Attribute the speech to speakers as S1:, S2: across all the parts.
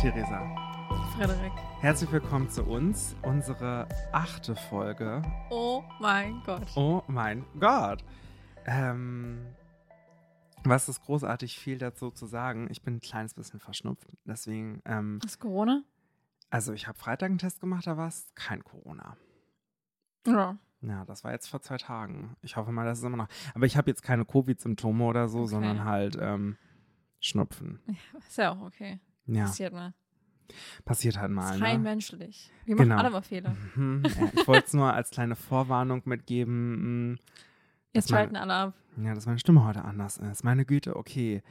S1: Theresa.
S2: Frederik.
S1: Herzlich willkommen zu uns, unsere achte Folge.
S2: Oh mein Gott.
S1: Oh mein Gott. Ähm, was ist großartig viel dazu zu sagen? Ich bin ein kleines bisschen verschnupft. Deswegen, ähm,
S2: Ist Corona?
S1: also ich habe Freitag einen Test gemacht, da war es kein Corona.
S2: Ja.
S1: Ja, das war jetzt vor zwei Tagen. Ich hoffe mal, das ist immer noch. Aber ich habe jetzt keine Covid-Symptome oder so,
S2: Okay.
S1: sondern halt ähm, Schnupfen.
S2: Ist ja auch okay.
S1: Ja,
S2: Passiert mal.
S1: passiert halt mal.
S2: ist rein
S1: ne?
S2: menschlich. Wir machen
S1: Genau.
S2: alle mal Fehler.
S1: Mhm, ja, ich wollte es nur als kleine Vorwarnung mitgeben. mm,
S2: Jetzt
S1: man-
S2: schalten alle ab.
S1: Ja, dass meine Stimme heute anders ist. Meine Güte, okay.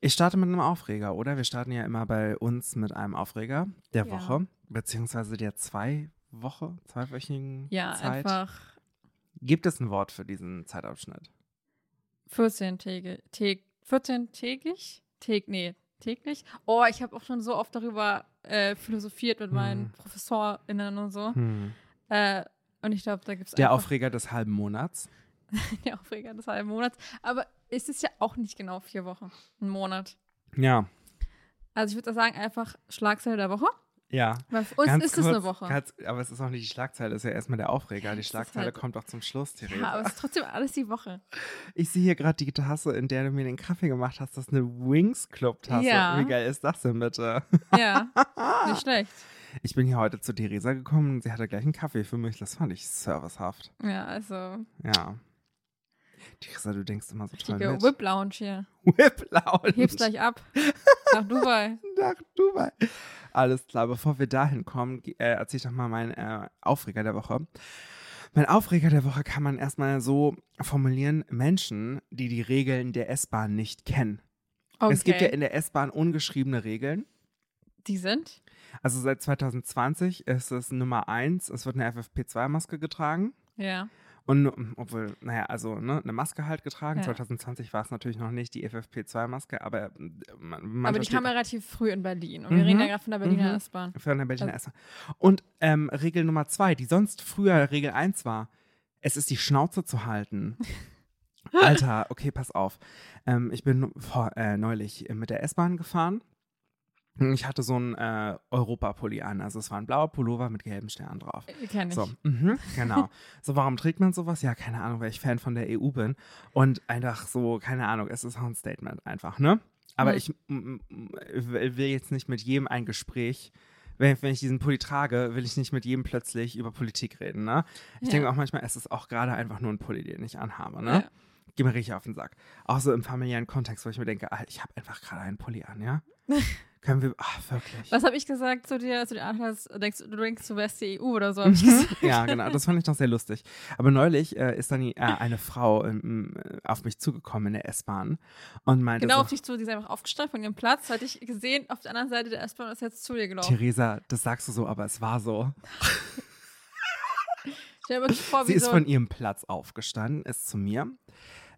S1: Ich starte mit einem Aufreger, oder? Wir starten ja immer bei uns mit einem Aufreger der
S2: Ja.
S1: Woche, beziehungsweise der zwei Woche, zweiwöchigen
S2: Ja,
S1: Zeit.
S2: einfach
S1: Gibt es ein Wort für diesen Zeitabschnitt?
S2: 14-tägig. 14-tägig? Täg, nee, täglich. Oh, ich habe auch schon so oft darüber äh, philosophiert mit meinen
S1: Hm.
S2: ProfessorInnen und so.
S1: Hm.
S2: Äh, und ich glaube, da gibt es
S1: Der
S2: einfach
S1: Aufreger des halben Monats.
S2: der Aufreger des halben Monats. Aber es ist ja auch nicht genau vier Wochen. Ein Monat.
S1: Ja,
S2: Also ich würde sagen, einfach Schlagzeile der Woche.
S1: ja.
S2: Weil für uns
S1: Ganz
S2: ist
S1: kurz,
S2: es eine Woche.
S1: Ganz, aber es ist auch nicht die Schlagzeile, es ist ja erstmal der Aufreger. Die
S2: ist
S1: Schlagzeile
S2: halt-
S1: kommt auch zum Schluss, Theresa.
S2: ja, aber es ist trotzdem alles die Woche.
S1: Ich sehe hier gerade die Tasse, in der du mir den Kaffee gemacht hast. Das ist eine Wings Club Tasse.
S2: Ja.
S1: Wie geil ist das denn bitte?
S2: Ja, nicht schlecht.
S1: Ich bin hier heute zu Theresa gekommen und sie hatte gleich einen Kaffee für mich. Das fand ich servicehaft.
S2: Ja, also
S1: Ja. Theresa, du denkst immer so toll
S2: richtige
S1: mit.
S2: Whip Lounge hier.
S1: Whip Lounge.
S2: Heb's gleich ab. Nach Dubai.
S1: nach Dubai. Alles klar, bevor wir dahin kommen, ge- äh, erzähle ich doch mal meinen äh, Aufreger der Woche. Mein Aufreger der Woche kann man erstmal so formulieren: Menschen, die die Regeln der S-Bahn nicht kennen.
S2: Okay.
S1: Es gibt ja in der S-Bahn ungeschriebene Regeln.
S2: Die sind?
S1: Also seit 2020 ist es Nummer eins, es wird eine FFP2-Maske getragen.
S2: Ja.
S1: Und nu- hm, obwohl, naja, also ne, eine Maske halt getragen.
S2: Ja.
S1: 2020 war es natürlich noch nicht die FFP2-Maske, aber ähm, man, man
S2: Aber die
S1: versteht-
S2: kamen ja relativ früh in Berlin. Und wir
S1: Mhm.
S2: reden ja gerade von der Berliner
S1: Mhm.
S2: S-Bahn.
S1: Für eine
S2: Oh.
S1: Berliner S-Bahn. Und ähm, Regel Nummer zwei, die sonst früher Regel eins war, es ist die Schnauze zu halten. Alter, okay, pass auf. Ähm, ich bin vor, äh, neulich mit der S-Bahn gefahren. Ich hatte so einen äh, Europapulli an. Also es war ein blauer Pullover mit gelben Sternen drauf.
S2: Äh, Kenn ich.
S1: So, mhm, genau. so, warum trägt man sowas? Ja, keine Ahnung, weil ich Fan von der EU bin. Und einfach so, keine Ahnung, es ist auch ein Statement einfach, ne? Aber
S2: Mhm.
S1: ich m- m- will will jetzt nicht mit jedem ein Gespräch. Wenn, wenn ich diesen Pulli trage, will ich nicht mit jedem plötzlich über Politik reden, ne? Ich
S2: Ja.
S1: denke auch manchmal, es ist auch gerade einfach nur ein Pulli, den ich anhabe, ne?
S2: Ja.
S1: Geh mir richtig auf den Sack. Auch so im familiären Kontext, wo ich mir denke, ah, ich habe einfach gerade einen Pulli an, ja? Können wir, ach, wirklich.
S2: Was habe ich gesagt zu dir, zu dir Atlas, denkst, du denkst, du wärst die EU oder so, habe ich gesagt.
S1: Ja, genau. Das fand ich noch sehr lustig. Aber neulich äh, ist dann die, äh, eine Frau ähm, äh, auf mich zugekommen in der S-Bahn und meinte
S2: Genau auf
S1: so,
S2: dich zu, die ist einfach aufgestanden von ihrem Platz, hatte ich gesehen, auf der anderen Seite der S-Bahn ist jetzt zu dir gelaufen.
S1: Theresa, das sagst du so, aber es war so.
S2: Stell dir mal vor,
S1: Sie
S2: wie
S1: ist
S2: so
S1: von ihrem Platz aufgestanden, ist zu mir.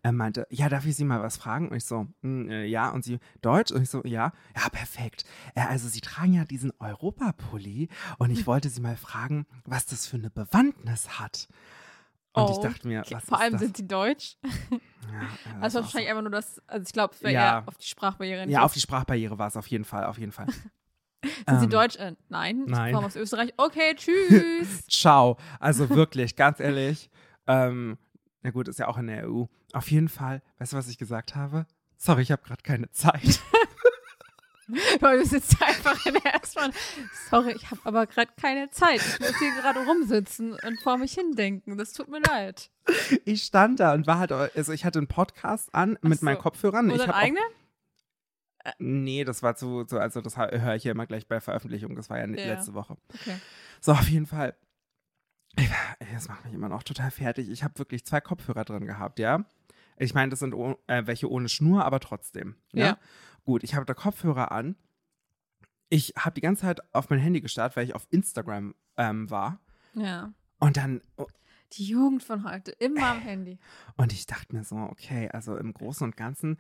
S1: Er meinte, ja, darf ich Sie mal was fragen? Und ich so, "Mm, äh, ja. Und sie, Deutsch? Und ich so, ja. Ja, perfekt. Äh, also, Sie tragen ja diesen Europapulli. Und
S2: Hm.
S1: ich wollte Sie mal fragen, was das für eine Bewandtnis hat. Und ich
S2: Oh,
S1: dachte mir, was
S2: vor
S1: ist
S2: allem
S1: das?
S2: sind die deutsch.
S1: Ja, ja, das
S2: Also
S1: war auch so-
S2: wahrscheinlich einfach nur das, also ich glaube, es wäre
S1: Ja.
S2: eher auf die Sprachbarriere.
S1: Ja, auf die Sprachbarriere war es auf jeden Fall, auf jeden Fall.
S2: Sind Sie
S1: Ähm,
S2: deutsch? Äh, nein,
S1: nein.
S2: ich komme aus Österreich. Okay, tschüss.
S1: Ciao. Also wirklich, ganz ehrlich. Ähm, na gut, ist ja auch in der EU. Auf jeden Fall, weißt du, was ich gesagt habe? Sorry, ich habe gerade keine Zeit.
S2: Leute, du sitzt einfach in der S-Bahn. Sorry, ich habe aber gerade keine Zeit. Ich muss hier gerade rumsitzen und vor mich hindenken. Das tut mir leid.
S1: Ich stand da und war halt, also ich hatte einen Podcast an mit
S2: Ach so.
S1: meinen Kopfhörern.
S2: Und
S1: ich
S2: dein
S1: hab auch-
S2: eigener?
S1: Nee, das war zu, zu also das höre ich ja immer gleich bei Veröffentlichung. Das war ja, ne,
S2: Ja.
S1: letzte Woche.
S2: Okay.
S1: So, auf jeden Fall. Ich war- ey, Das macht mich immer noch total fertig. Ich habe wirklich zwei Kopfhörer drin gehabt, ja. Ich meine, das sind oh- äh, welche ohne Schnur, aber trotzdem. Ne?
S2: Ja.
S1: Gut, ich habe da Kopfhörer an. Ich habe die ganze Zeit auf mein Handy gestarrt, weil ich auf Instagram ähm, war.
S2: Ja.
S1: Und dann, oh,
S2: Die Jugend von heute, immer am Handy.
S1: und ich dachte mir so, okay, also im Großen und Ganzen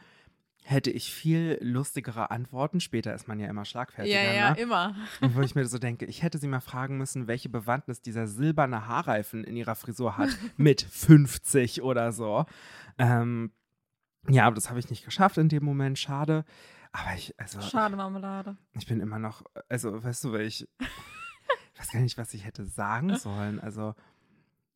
S1: hätte ich viel lustigere Antworten. Später ist man ja immer schlagfertiger.
S2: Ja, ja,
S1: ne?
S2: immer.
S1: Und wo ich mir so denke, ich hätte sie mal fragen müssen, welche Bewandtnis dieser silberne Haarreifen in ihrer Frisur hat mit 50 oder so. Ähm, Ja, aber das habe ich nicht geschafft in dem Moment. Schade. Aber ich, also,
S2: Schade, Marmelade.
S1: ich bin immer noch, also, weißt du, weil ich, ich weiß gar nicht, was ich hätte sagen sollen. Also,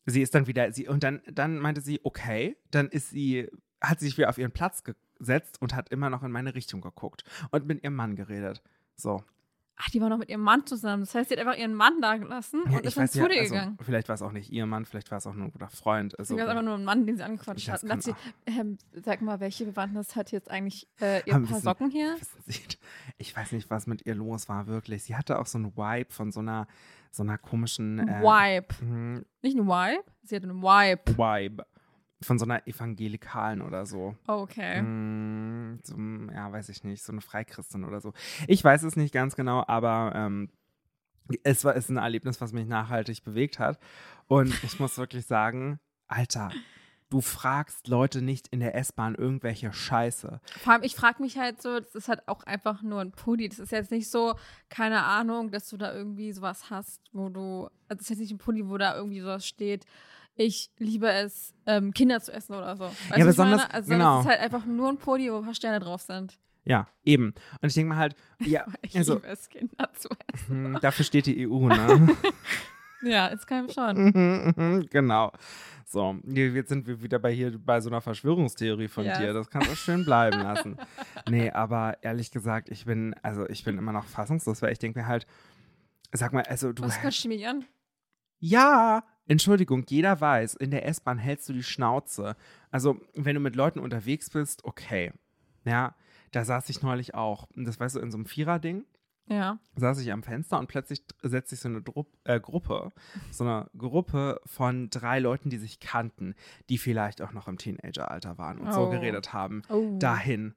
S1: sie ist dann wieder, sie, und dann, dann meinte sie, okay, dann ist sie, hat sie sich wieder auf ihren Platz gesetzt und hat immer noch in meine Richtung geguckt und mit ihrem Mann geredet. So.
S2: Ach, die war noch mit ihrem Mann zusammen. Das heißt, sie hat einfach ihren Mann da gelassen
S1: Ja,
S2: und ist dann zu dir
S1: also,
S2: gegangen.
S1: vielleicht war es auch nicht ihr Mann, vielleicht war es auch nur ein guter Freund.
S2: So,
S1: Also,
S2: das war einfach nur ein Mann, den sie angequatscht
S1: Das
S2: hat. Und hat sie,
S1: kann
S2: ähm, sag mal, welche Bewandtnis hat jetzt eigentlich äh, ihr
S1: Aber
S2: paar
S1: wissen-
S2: Socken hier?
S1: Wissen Sie, ich weiß nicht, was mit ihr los war, wirklich. Sie hatte auch so einen Vibe von so einer, so einer komischen.
S2: Ein
S1: ähm,
S2: Wipe.
S1: mh,
S2: Nicht ein Wipe, sie hat einen Wipe.
S1: Vibe. Von so einer evangelikalen oder so.
S2: Oh, Okay.
S1: Mm, so ein- ja, weiß ich nicht, so eine Freikristin oder so. Ich weiß es nicht ganz genau, aber ähm, es war ist ein Erlebnis, was mich nachhaltig bewegt hat. Und ich muss wirklich sagen, Alter, du fragst Leute nicht in der S-Bahn irgendwelche Scheiße.
S2: Vor allem, ich frage mich halt so, das ist halt auch einfach nur ein Pulli. Das ist jetzt nicht so, keine Ahnung, dass du da irgendwie sowas hast, wo du, also das ist jetzt nicht ein Pulli, wo da irgendwie sowas steht, ich liebe es, ähm, Kinder zu essen oder so. Weißt du, was ich
S1: besonders-
S2: meine? Also
S1: genau.
S2: es ist halt einfach nur ein Pulli, wo ein paar Sterne drauf sind.
S1: Ja, eben. Und ich denke mal halt, ja,
S2: Ich
S1: also,
S2: liebe es, Kinder zu essen.
S1: hm, dafür steht die EU, ne?
S2: Ja, jetzt kann ich schon.
S1: Mhm, mhm, genau. So, jetzt sind wir wieder bei hier bei so einer Verschwörungstheorie von
S2: Ja.
S1: dir. Das kannst du schön bleiben lassen. Nee, aber ehrlich gesagt, ich bin, also ich bin immer noch fassungslos, weil ich denke mir halt, sag mal, also du.
S2: Was quatscht du mich an?
S1: Ja, Entschuldigung, jeder weiß, in der S-Bahn hältst du die Schnauze. Also, wenn du mit Leuten unterwegs bist, okay. Ja, da saß ich neulich auch. Und Das weißt du, in so einem Vierer-Ding
S2: Ja.
S1: saß ich am Fenster und plötzlich tr- setzt sich so eine Drupp, äh, Gruppe, so eine Gruppe von drei Leuten, die sich kannten, die vielleicht auch noch im Teenageralter waren und so
S2: Oh.
S1: geredet haben,
S2: Oh.
S1: dahin.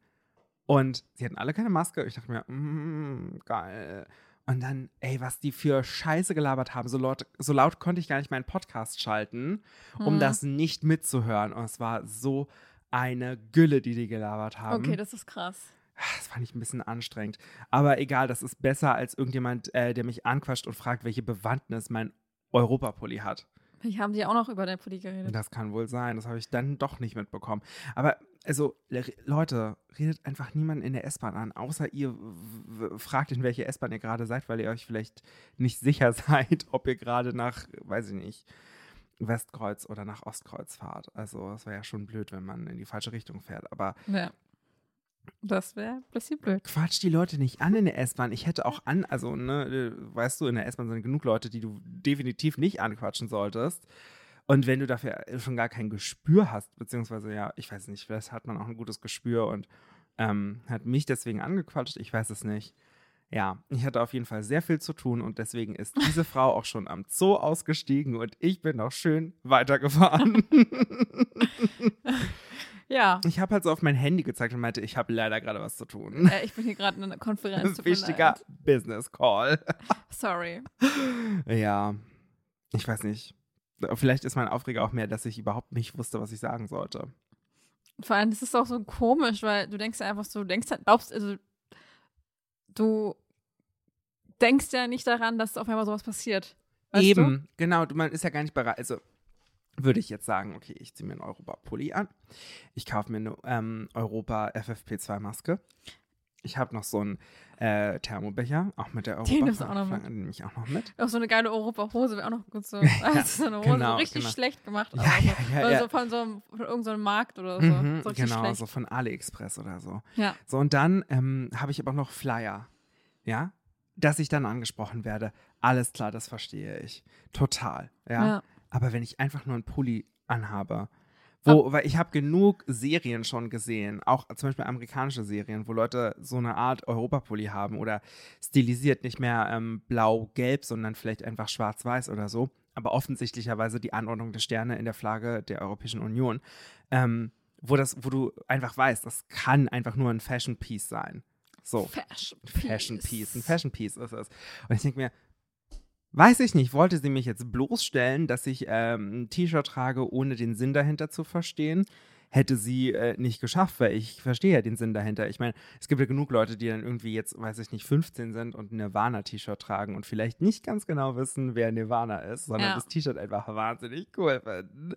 S1: Und sie hatten alle keine Maske. Ich dachte mir, mm, geil. Und dann, ey, was die für Scheiße gelabert haben. So laut, so laut konnte ich gar nicht meinen Podcast schalten, um
S2: Hm.
S1: das nicht mitzuhören. Und es war so eine Gülle, die die gelabert haben.
S2: Okay, das ist krass.
S1: Ah, Das fand ich ein bisschen anstrengend. Aber egal, das ist besser als irgendjemand, äh, der mich anquatscht und fragt, welche Bewandtnis mein Europapulli hat.
S2: Ich haben sie auch noch über dein Pulli geredet.
S1: Das kann wohl sein. Das habe ich dann doch nicht mitbekommen. Aber also, le- Leute, redet einfach niemanden in der S-Bahn an, außer ihr w- w- fragt, in welche S-Bahn ihr gerade seid, weil ihr euch vielleicht nicht sicher seid, ob ihr gerade nach, weiß ich nicht, Westkreuz oder nach Ostkreuz fahrt. Also, es wäre ja schon blöd, wenn man in die falsche Richtung fährt. Aber
S2: Ja. Das wäre ein bisschen blöd.
S1: Quatsch die Leute nicht an in der S-Bahn. Ich hätte auch an, also, ne, äh, weißt du, in der S-Bahn sind genug Leute, die du definitiv nicht anquatschen solltest. Und wenn du dafür äh, schon gar kein Gespür hast, beziehungsweise, ja, ich weiß nicht, vielleicht hat man auch ein gutes Gespür und ähm, hat mich deswegen angequatscht, ich weiß es nicht. Ja, ich hatte auf jeden Fall sehr viel zu tun und deswegen ist diese Frau auch schon am Zoo ausgestiegen und ich bin noch schön weitergefahren.
S2: Ja.
S1: ich habe halt so auf mein Handy gezeigt und meinte, ich habe leider gerade was zu tun.
S2: Äh, ich bin hier gerade in einer Konferenz.
S1: Das ist
S2: tut
S1: ein
S2: mir
S1: wichtiger
S2: leid.
S1: Business Call.
S2: Sorry.
S1: Ja, ich weiß nicht. Äh, Vielleicht ist mein Aufreger auch mehr, dass ich überhaupt nicht wusste, was ich sagen sollte.
S2: Vor allem, das ist auch so komisch, weil du denkst ja einfach so, du denkst halt, glaubst, also du denkst ja nicht daran, dass auf einmal sowas passiert. Weißt
S1: Eben, genau. du- Man ist ja gar nicht bereit. Also würde ich jetzt sagen, okay, ich ziehe mir einen Europa-Pulli an. Ich kaufe mir eine ähm, Europa-FFP2-Maske. Ich habe noch so einen äh, Thermobecher, auch mit der europa
S2: Den nimmst du auch noch mit.
S1: Den nehme ich auch noch mit.
S2: Du? Auch so eine geile Europa-Hose wäre auch noch gut so. Also so eine Hose
S1: genau,
S2: richtig
S1: genau.
S2: schlecht gemacht.
S1: Ja,
S2: aber so,
S1: ja, ja,
S2: oder
S1: ja.
S2: so von so einem, von irgendeinem Markt oder so.
S1: Mhm,
S2: so richtig
S1: genau,
S2: schlecht.
S1: so von AliExpress oder so.
S2: Ja.
S1: So, und dann ähm, habe ich aber noch Flyer. Ja? Dass ich dann angesprochen werde. Alles klar, das verstehe ich. Total. Ja.
S2: Ja.
S1: Aber wenn ich einfach nur einen Pulli anhabe, wo, weil ich habe genug Serien schon gesehen, auch zum Beispiel amerikanische Serien, wo Leute so eine Art Europapulli haben oder stilisiert, nicht mehr ähm, blau-gelb, sondern vielleicht einfach schwarz-weiß oder so. Aber offensichtlicherweise die Anordnung der Sterne in der Flagge der Europäischen Union, ähm, wo, das, wo du einfach weißt, das kann einfach nur ein Fashion-Piece sein. So.
S2: Fashion Piece.
S1: Fashion Piece. Ein Fashion Piece ist es. Und ich denke mir, weiß ich nicht, wollte sie mich jetzt bloßstellen, dass ich ähm, ein T-Shirt trage, ohne den Sinn dahinter zu verstehen? Hätte sie äh, nicht geschafft, weil ich verstehe ja den Sinn dahinter. Ich meine, es gibt ja genug Leute, die dann irgendwie jetzt, weiß ich nicht, 15 sind und ein Nirvana-T-Shirt tragen und vielleicht nicht ganz genau wissen, wer Nirvana ist, sondern
S2: Ja.
S1: das T-Shirt einfach wahnsinnig cool finden.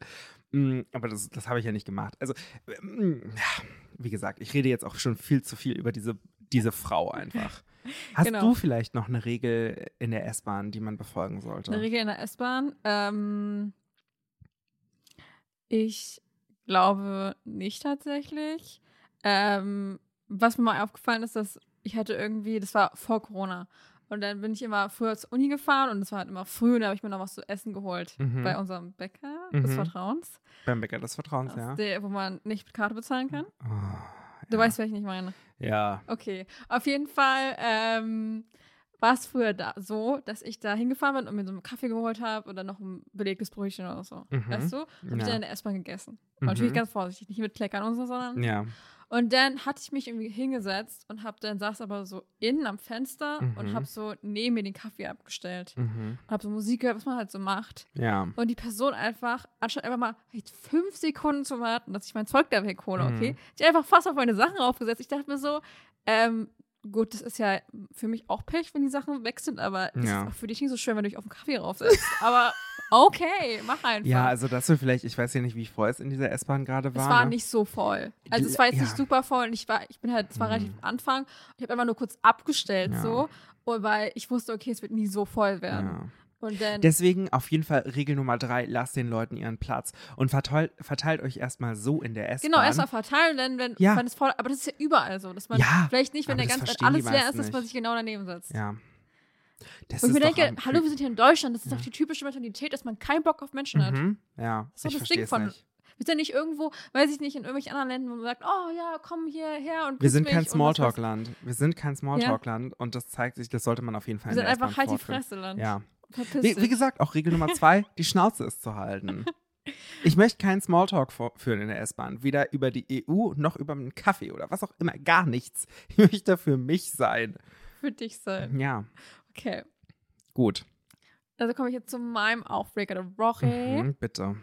S1: Mm, aber das, das habe ich ja nicht gemacht. Also, mm, ja, wie gesagt, ich rede jetzt auch schon viel zu viel über diese, diese Frau einfach. Hast
S2: Genau.
S1: du vielleicht noch eine Regel in der S-Bahn, die man befolgen sollte?
S2: Eine Regel in der S-Bahn. Ähm, ich glaube nicht tatsächlich. Ähm, was mir mal aufgefallen ist, dass ich hatte irgendwie, das war vor Corona. Und dann bin ich immer früher zur Uni gefahren und es war halt immer früh und da habe ich mir noch was zu essen geholt
S1: Mhm.
S2: bei unserem Bäcker
S1: Mhm.
S2: des Vertrauens,
S1: Beim Bäcker des Vertrauens,
S2: aus
S1: ja.
S2: der, wo man nicht mit Karte bezahlen kann.
S1: Oh,
S2: Du
S1: ja.
S2: weißt, welchen ich meine.
S1: Ja.
S2: Okay, auf jeden Fall ähm, war es früher da so, dass ich da hingefahren bin und mir so einen Kaffee geholt habe oder noch ein belegtes Brötchen oder so.
S1: Mhm.
S2: Weißt du? Habe ich
S1: Ja.
S2: dann in der S-Bahn gegessen.
S1: Mhm.
S2: Natürlich ganz vorsichtig, nicht mit Kleckern und so, sondern.
S1: Ja.
S2: Und dann hatte ich mich irgendwie hingesetzt und habe dann saß aber so innen am Fenster und
S1: Mhm.
S2: habe so neben mir den Kaffee abgestellt.
S1: Mhm.
S2: Habe so Musik gehört, was man halt so macht.
S1: Ja.
S2: Und die Person einfach, anstatt einfach mal vielleicht fünf Sekunden zu warten, dass ich mein Zeug da weghole,
S1: Mhm.
S2: okay? Hat Die einfach fast auf meine Sachen aufgesetzt. Ich dachte mir so, ähm, gut, das ist ja für mich auch Pech, wenn die Sachen weg sind, aber das
S1: Ja.
S2: ist auch für dich nicht so schön, wenn du dich auf den Kaffee raufsetzt. aber okay, mach einfach.
S1: Ja, also das wir vielleicht, ich weiß ja nicht, wie voll es in dieser S-Bahn gerade
S2: es
S1: war.
S2: war
S1: ne?
S2: nicht so voll. Also
S1: Die-
S2: es war jetzt
S1: ja.
S2: nicht super voll und ich war, ich bin halt, es war
S1: Mhm.
S2: relativ am Anfang. Ich habe einfach nur kurz abgestellt
S1: Ja.
S2: so, und weil ich wusste, okay, es wird nie so voll werden.
S1: Ja.
S2: Und dann
S1: Deswegen auf jeden Fall Regel Nummer drei, lasst den Leuten ihren Platz und verteilt, verteilt euch erstmal so in der S-Bahn.
S2: Genau, erstmal verteilen, dann, wenn,
S1: Ja.
S2: wenn es voll, aber das ist ja überall so, dass man
S1: Ja,
S2: vielleicht nicht, wenn
S1: aber
S2: der
S1: das
S2: ganze
S1: verstehen die
S2: alles leer ist,
S1: meisten
S2: dass man
S1: nicht.
S2: sich genau daneben setzt.
S1: Ja. Das
S2: Und ich mir
S1: ist doch
S2: denke,
S1: am
S2: hallo,
S1: Kü-
S2: wir sind hier in Deutschland, das ist doch die typische Mentalität, dass man keinen Bock auf Menschen hat.
S1: mhm. Ja,
S2: Das ist doch
S1: ich
S2: das Ding
S1: verstehe es
S2: von-
S1: nicht.
S2: Wir sind ja nicht irgendwo, weiß ich nicht, in irgendwelchen anderen Ländern, wo man sagt, oh ja, komm hierher und
S1: Wir
S2: küss
S1: sind
S2: mich
S1: kein
S2: und was weiß ich.
S1: Smalltalk-Land. Wir sind kein Smalltalk-Land und das zeigt sich, das sollte man auf jeden Fall
S2: Wir
S1: in
S2: sind
S1: der
S2: einfach
S1: S-Bahn
S2: halt die
S1: fortführen.
S2: Fresse, Land.
S1: Ja.
S2: Verpiss
S1: Wie, wie
S2: dich.
S1: gesagt, auch Regel Nummer zwei, die Schnauze ist zu halten. Ich möchte keinen Smalltalk vor- führen in der S-Bahn, weder über die EU noch über einen Kaffee oder was auch immer, gar nichts. Ich möchte für mich sein.
S2: Für dich sein.
S1: Ja,
S2: Okay.
S1: gut.
S2: Also komme ich jetzt zu meinem Aufreger der Woche.
S1: Mhm, bitte.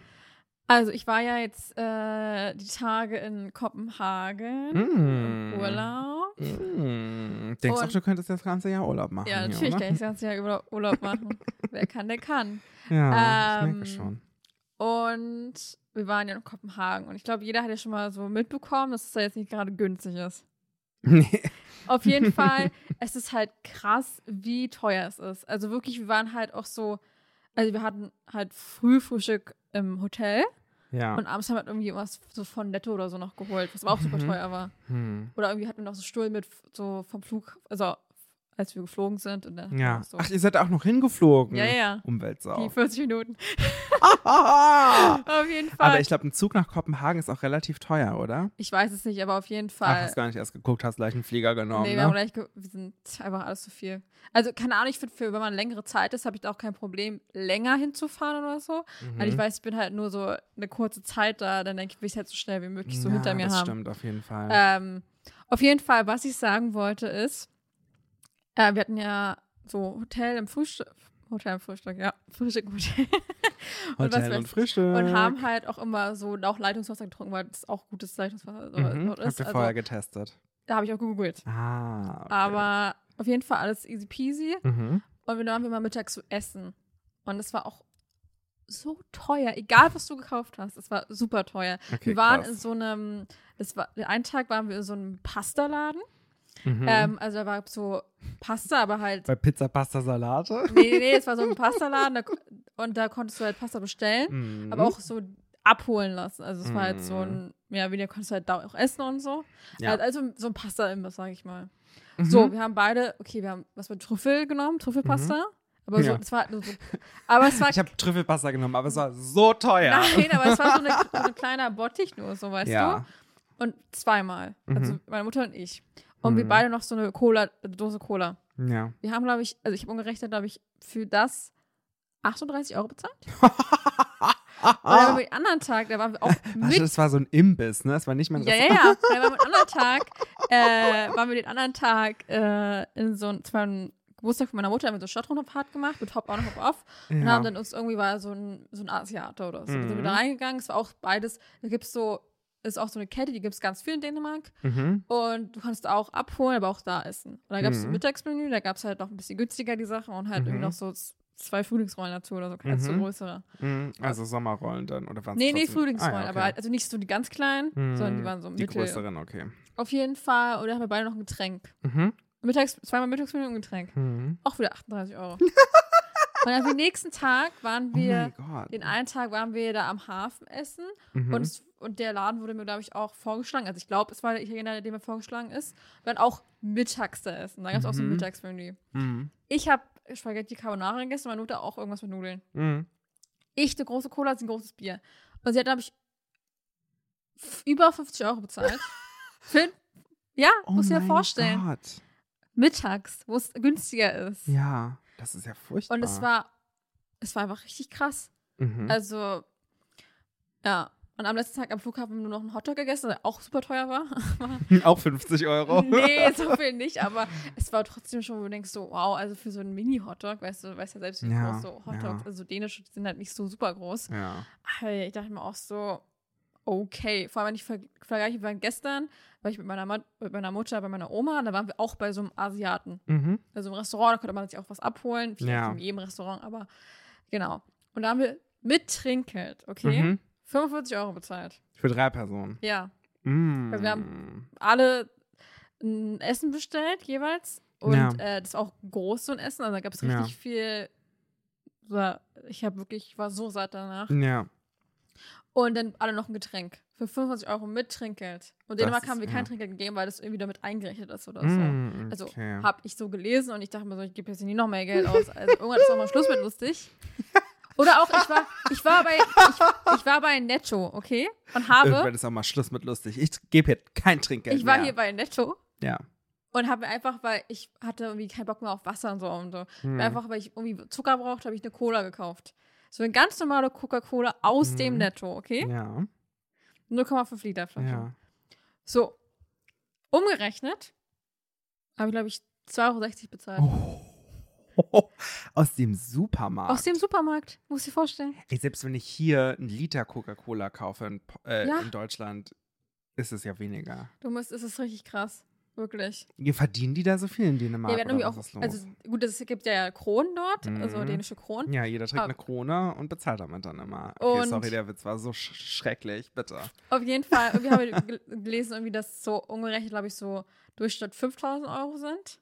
S2: Also ich war ja jetzt äh, die Tage in Kopenhagen
S1: Mhm.
S2: im Hm. Urlaub.
S1: Mhm. Hm. Denkst du auch,
S2: Und-
S1: du könntest das ganze Jahr Urlaub machen?
S2: Ja,
S1: hier,
S2: natürlich
S1: oder?
S2: kann ich das ganze Jahr über Urlaub machen. Wer kann, der kann.
S1: Ja, ich
S2: Ähm,
S1: merke schon.
S2: Und wir waren ja in Kopenhagen und ich glaube, jeder hat ja schon mal so mitbekommen, dass es da jetzt nicht gerade günstig ist.
S1: Nee.
S2: Auf jeden Fall, es ist halt krass, wie teuer es ist. Also wirklich, wir waren halt auch so, also wir hatten halt Frühfrühstück im Hotel
S1: Ja.
S2: und abends haben wir halt irgendwie was so von Netto oder so noch geholt, was aber auch super
S1: Mhm.
S2: teuer war.
S1: Hm.
S2: Oder irgendwie hatten wir noch so Stuhl mit so vom Flug, also als wir geflogen sind und dann
S1: Ja.
S2: so.
S1: Ach, ihr seid auch noch hingeflogen.
S2: ja, ja. Die
S1: Umweltsau.
S2: 40 Minuten.
S1: Aber
S2: Auf jeden Fall.
S1: ich
S2: Ich,
S1: glaube, ein Zug nach Kopenhagen ist auch relativ teuer, oder?
S2: weiß es nicht, aber auf jeden
S1: Ach,
S2: Fall.
S1: hast gar nicht erst geguckt, hast gleich einen Flieger genommen.
S2: nee, wir, haben
S1: ne?
S2: gleich ge- wir sind einfach alles zu viel. Also, keine Ahnung, ich finde, für wenn man längere Zeit ist, habe ich da auch kein Problem, länger hinzufahren oder so.
S1: Mhm.
S2: Weil ich weiß, ich bin halt nur so eine kurze Zeit da, dann denke ich, will ich halt so schnell wie möglich so
S1: ja,
S2: hinter mir
S1: das
S2: haben.
S1: stimmt auf jeden Fall.
S2: Ähm, auf jeden Fall, was ich sagen wollte, ist, äh, wir hatten ja so Hotel im Frühstück. Hotel im Frühstück, ja. Frühstück im Hotel. und was
S1: Hotel und,
S2: weiß ich.
S1: Frühstück.
S2: Und haben halt auch immer so auch Leitungswasser getrunken, weil das auch gutes Leitungswasser
S1: mhm.
S2: dort
S1: Habt
S2: ist.
S1: ihr
S2: Also,
S1: vorher getestet.
S2: da habe ich auch gegoogelt.
S1: Ah, okay.
S2: Aber auf jeden Fall alles easy peasy.
S1: Mhm.
S2: Und dann waren wir mal mittags zu essen. Und es war auch so teuer, egal was du gekauft hast, es war super teuer.
S1: Okay,
S2: wir waren
S1: krass.
S2: in so einem, das war, den einen Tag waren wir in so einem Pasta-Laden.
S1: Mhm.
S2: Ähm, also da war so Pasta, aber halt.
S1: Bei Pizza, Pasta, Salate.
S2: Nee, nee, nee, es war so ein Pasta-Laden da, ko- und da konntest du halt Pasta bestellen
S1: Mhm.
S2: aber auch so abholen lassen. Also es war halt so
S1: Mhm.
S2: ein, ja, weniger konntest du halt da auch essen und so.
S1: Ja.
S2: Also, also so ein Pasta-Imbiss, sag ich mal.
S1: Mhm.
S2: So, wir haben beide, okay, wir haben was mit Trüffel genommen, Trüffelpasta. Aber so,
S1: Mhm. Ja.
S2: es war halt nur so, aber es war,
S1: Ich habe Trüffelpasta genommen, aber es war so teuer.
S2: nein, aber es war so, eine, so ein kleiner Bottich nur, so, weißt
S1: ja.
S2: du? Und zweimal, also
S1: Mhm.
S2: meine Mutter und ich. Und wir
S1: Mhm.
S2: beide noch so eine Cola, Dose Cola.
S1: Ja.
S2: Wir haben, glaube ich, also ich habe umgerechnet, glaube ich, für das 38 Euro bezahlt. Und dann haben wir den anderen Tag, da waren wir auch
S1: Warte,
S2: mit
S1: Ah. das war so ein Imbiss, ne? Das war nicht mal ein
S2: Ja, ja, ja. Weil wir am anderen Tag, äh, waren wir den anderen Tag äh, in so ein, zwar Geburtstag von meiner Mutter, haben wir so Stadtrundfahrt gemacht mit Hop on, Hop off. Und haben dann uns irgendwie war so ein, so ein Asiate oder so. Dann sind wir
S1: Mhm.
S2: da reingegangen. Es war auch beides. Da gibt es so, ist auch so eine Kette, die gibt es ganz viel in Dänemark.
S1: Mhm.
S2: Und du kannst auch abholen, aber auch da essen. Und da gab es so ein
S1: Mhm.
S2: Mittagsmenü, da gab es halt noch ein bisschen günstiger die Sachen und halt
S1: Mhm.
S2: irgendwie noch so zwei Frühlingsrollen dazu oder so, ganz so
S1: Mhm.
S2: größere.
S1: Mhm, Also Sommerrollen dann oder waren
S2: Nee, nee, Frühlingsrollen, aber halt- also nicht so die ganz kleinen,
S1: Mhm.
S2: sondern die waren so
S1: Die
S2: mittel.
S1: größeren, okay.
S2: Auf jeden Fall. Und da haben wir beide noch ein Getränk.
S1: Mhm.
S2: Mittags, zweimal Mittagsmenü und ein Getränk.
S1: Mhm.
S2: Auch wieder 38 Euro. und dann am nächsten Tag waren
S1: Oh mein
S2: wir,
S1: Gott.
S2: den einen Tag waren wir da am Hafen essen.
S1: Mhm.
S2: Und, es, und der Laden wurde mir, glaube ich, auch vorgeschlagen. Also ich glaube, es war der Italiener, der mir vorgeschlagen ist. Wir waren auch mittags da essen. Da gab es auch so ein
S1: Mhm.
S2: Mittagsmenü.
S1: mhm.
S2: Ich habe Spaghetti Carbonara gegessen, meine Mutter auch irgendwas mit Nudeln.
S1: Mhm.
S2: Ich eine große Cola, sie ein großes Bier. Und sie hat, glaube ich, f- über 50 Euro bezahlt. Für, ja,
S1: Oh
S2: muss ich dir
S1: mein
S2: vorstellen.
S1: Gott.
S2: Mittags, wo es günstiger ist.
S1: Ja, Ah. das ist ja furchtbar.
S2: Und es war, es war einfach richtig krass.
S1: Mhm.
S2: Also, ja. Und am letzten Tag am Flughafen haben wir nur noch einen Hotdog gegessen, der auch super teuer war.
S1: Auch 50 Euro.
S2: Also nee, so viel nicht, aber es war trotzdem schon, wo du denkst, so, wow, also für so einen Mini-Hotdog, weißt du, weißt ja selbst, wie
S1: Ja,
S2: groß so Hotdogs,
S1: ja.
S2: also so dänische die sind halt nicht so super groß.
S1: Ja.
S2: Aber ich dachte mir auch so, okay, vor allem, wenn ich ver vergleiche, wir waren gestern, war ich mit meiner, Ma- mit meiner Mutter, bei meiner Oma, da waren wir auch bei so einem Asiaten,
S1: Mhm.
S2: bei so einem Restaurant, da konnte man sich auch was abholen, vielleicht
S1: Ja.
S2: in jedem Restaurant, aber genau. Und da haben wir mit Trinkgeld, okay,
S1: Mhm.
S2: 45 Euro bezahlt,
S1: Für drei Personen.
S2: ja.
S1: Mhm.
S2: Weil wir alle ein Essen bestellt jeweils. Und
S1: Ja.
S2: äh, das war auch groß so ein Essen. Also da gab es
S1: Ja.
S2: richtig viel. War, ich habe wirklich, ich war so satt danach.
S1: Mhm. ja.
S2: Und dann alle noch ein Getränk. Für 25 Euro mit Trinkgeld. Und
S1: Das
S2: Dänemark
S1: ist-
S2: haben wir
S1: ja.
S2: kein Trinkgeld gegeben, weil das irgendwie damit eingerechnet ist oder
S1: Mhm,
S2: so. Also
S1: okay.
S2: habe ich so gelesen und ich dachte mir so, ich gebe jetzt nie noch mehr Geld aus. Also irgendwann ist auch mal Schluss mit lustig. Oder auch, ich war, ich war bei, ich, ich war bei Netto, okay? Und habe,
S1: Irgendwann ist auch mal Schluss mit lustig. Ich gebe hier kein Trinkgeld
S2: ich war
S1: mehr.
S2: hier bei Netto
S1: Ja.
S2: Und habe mir einfach, weil ich hatte irgendwie keinen Bock mehr auf Wasser und so und so.
S1: Mhm.
S2: Einfach, weil ich irgendwie Zucker brauchte, habe ich eine Cola gekauft. So eine ganz normale Coca-Cola aus dem
S1: Mhm.
S2: Netto, okay?
S1: Ja.
S2: 0,5 Liter Flasche.
S1: Ja.
S2: So. Umgerechnet habe ich, glaube ich, 2,60 Euro bezahlt.
S1: Oh, aus dem Supermarkt.
S2: Aus dem Supermarkt, muss ich vorstellen.
S1: Ey, selbst wenn ich hier einen Liter Coca-Cola kaufe in, Po- äh,
S2: Ja.
S1: in Deutschland, ist es ja weniger.
S2: Du musst, es ist richtig krass. Wirklich.
S1: Ihr verdienen die da so viel in Dänemark?
S2: ja, wir hatten irgendwie
S1: oder
S2: auch,
S1: was ist los?
S2: also gut, es gibt ja Kronen dort, also
S1: Mhm.
S2: dänische Kronen.
S1: ja, jeder trägt
S2: Ah.
S1: eine Krone und bezahlt damit dann immer. Okay,
S2: Und-
S1: sorry, der Witz war so sch schrecklich, bitte.
S2: Auf jeden Fall, irgendwie haben wir gel- gelesen, irgendwie, dass so umgerechnet, glaube ich, so Durchschnitt 5000 Euro sind.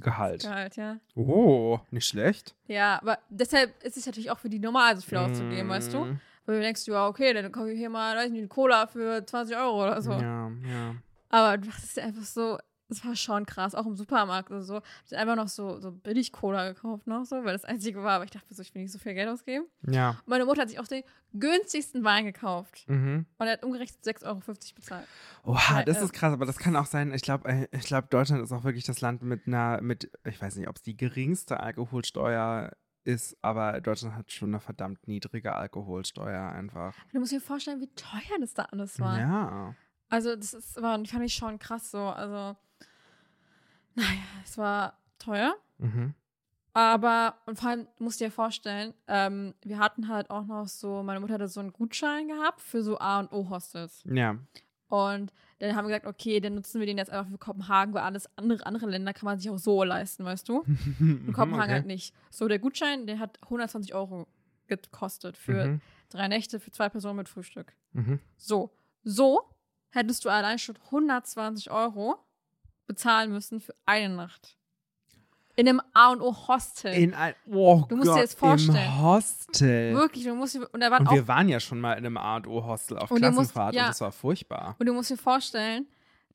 S1: Gehalt.
S2: Gehalt, ja.
S1: Oh, nicht schlecht.
S2: Ja, aber deshalb ist es natürlich auch für die normal, so viel auszugeben, weißt du?
S1: Mhm.
S2: Weil du denkst, ja, okay, dann kaufe ich hier mal, weiß nicht, eine Cola für 20 Euro oder so.
S1: Ja, ja.
S2: Aber das ist einfach so, das war schon krass, auch im Supermarkt oder so. Hab ich einfach noch so, so billig Cola gekauft noch so, weil das einzige war, aber ich dachte mir so, ich will nicht so viel Geld ausgeben.
S1: Ja.
S2: Und meine Mutter hat sich auch den günstigsten Wein gekauft.
S1: Mhm.
S2: Und er hat umgerechnet 6,50 Euro bezahlt.
S1: Oha,
S2: Weil,
S1: das
S2: äh,
S1: ist krass, aber das kann auch sein. Ich glaube, ich glaube, Deutschland ist auch wirklich das Land mit einer, mit, ich weiß nicht, ob es die geringste Alkoholsteuer ist, aber Deutschland hat schon eine verdammt niedrige Alkoholsteuer einfach.
S2: Du musst dir vorstellen, wie teuer das da alles war.
S1: Ja.
S2: Also, das ist, war, fand ich schon krass so. Also, naja, es war teuer.
S1: Mhm.
S2: Aber, und vor allem, du musst dir vorstellen, ähm, wir hatten halt auch noch so, meine Mutter hatte so einen Gutschein gehabt für so A und O Hostels.
S1: Ja.
S2: Und dann haben wir gesagt, okay, dann nutzen wir den jetzt einfach für Kopenhagen, weil alles andere, andere Länder kann man sich auch so leisten, weißt du? Und
S1: In
S2: Kopenhagen halt nicht. So, der Gutschein, der hat 120 Euro gekostet für
S1: Mhm.
S2: drei Nächte, für zwei Personen mit Frühstück.
S1: Mhm.
S2: So, so hättest du allein schon 120 Euro bezahlen müssen für eine Nacht. In einem A und O Hostel.
S1: In ein, oh
S2: Äh, Du musst dir
S1: Gott,
S2: jetzt vorstellen.
S1: Im Hostel.
S2: Wirklich, du musst dir- und da
S1: Äh,
S2: waren
S1: Und
S2: auch
S1: wir waren ja schon mal in einem A&O-Hostel auf
S2: Und du musst-
S1: Klassenfahrt
S2: ja.
S1: und das war furchtbar.
S2: und du musst dir vorstellen,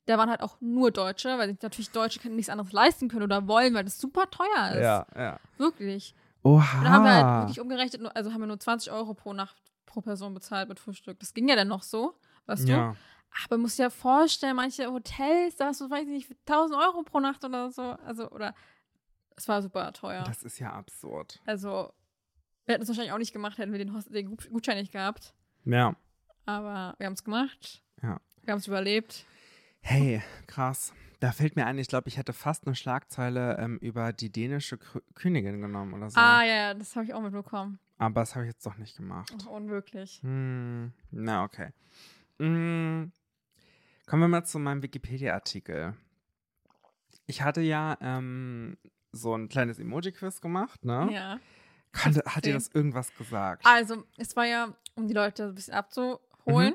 S2: da waren halt auch nur Deutsche, weil sich natürlich Deutsche können nichts anderes leisten können oder wollen, weil das super teuer ist.
S1: Ja, Ah. ja.
S2: Wirklich.
S1: Oha.
S2: Und da haben wir halt wirklich umgerechnet, nur- also haben wir nur 20 Euro pro Nacht pro Person bezahlt mit Frühstück. Das ging ja dann noch so, weißt du?
S1: ja.
S2: Aber du musst dir ja vorstellen, manche Hotels, da hast du, weiß ich nicht, 1000 Euro pro Nacht oder so. Also, oder es war super teuer.
S1: Das ist ja absurd.
S2: also, wir hätten es wahrscheinlich auch nicht gemacht, hätten wir den, Host den Gut- Gutschein nicht gehabt.
S1: Ja.
S2: Aber wir haben es gemacht.
S1: Ja.
S2: Wir haben es überlebt.
S1: Hey, krass. Da fällt mir ein, ich glaube, ich hätte fast eine Schlagzeile ähm, über die dänische Kö- Königin genommen oder so.
S2: Ah ja, ja, das habe ich auch mitbekommen.
S1: Aber das habe ich jetzt doch nicht gemacht.
S2: Oh, unwirklich.
S1: Hm, na, okay. Hm, kommen wir mal zu meinem Wikipedia-Artikel. Ich hatte ja ähm, so ein kleines Emoji-Quiz gemacht, ne?
S2: Ja.
S1: Kannte, hat dir das irgendwas gesagt?
S2: Also, es war ja, um die Leute ein bisschen abzuholen.
S1: Mhm.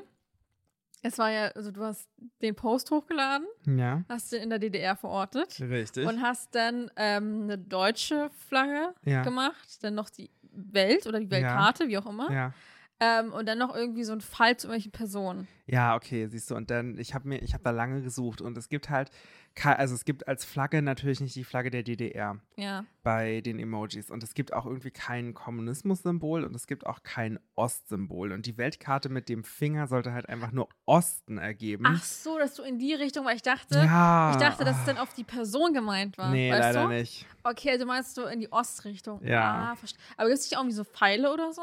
S2: Es war ja, also du hast den Post hochgeladen,
S1: Ja.
S2: hast den in der DDR verortet
S1: Richtig.
S2: und hast dann ähm, eine deutsche Flagge
S1: Ja.
S2: gemacht, dann noch die Welt oder die Weltkarte, wie auch immer.
S1: ja.
S2: Ähm, und dann noch irgendwie so ein Fall zu irgendwelchen Personen.
S1: Ja, okay, siehst du. Und dann, ich habe mir, ich habe da lange gesucht und es gibt halt, ke- also es gibt als Flagge natürlich nicht die Flagge der DDR
S2: Ja.
S1: bei den Emojis und es gibt auch irgendwie kein Kommunismus-Symbol und es gibt auch kein Ost-Symbol und die Weltkarte mit dem Finger sollte halt einfach nur Osten ergeben.
S2: Ach so, dass du in die Richtung, weil ich dachte,
S1: Hm. ja.
S2: ich dachte, dass es
S1: ah.
S2: dann auf die Person gemeint war.
S1: Nee,
S2: weißt
S1: leider
S2: du?
S1: nicht.
S2: Okay, also meinst du in die Ostrichtung?
S1: Ja.
S2: Ah, verstehe. Aber gibt es nicht irgendwie so Pfeile oder so?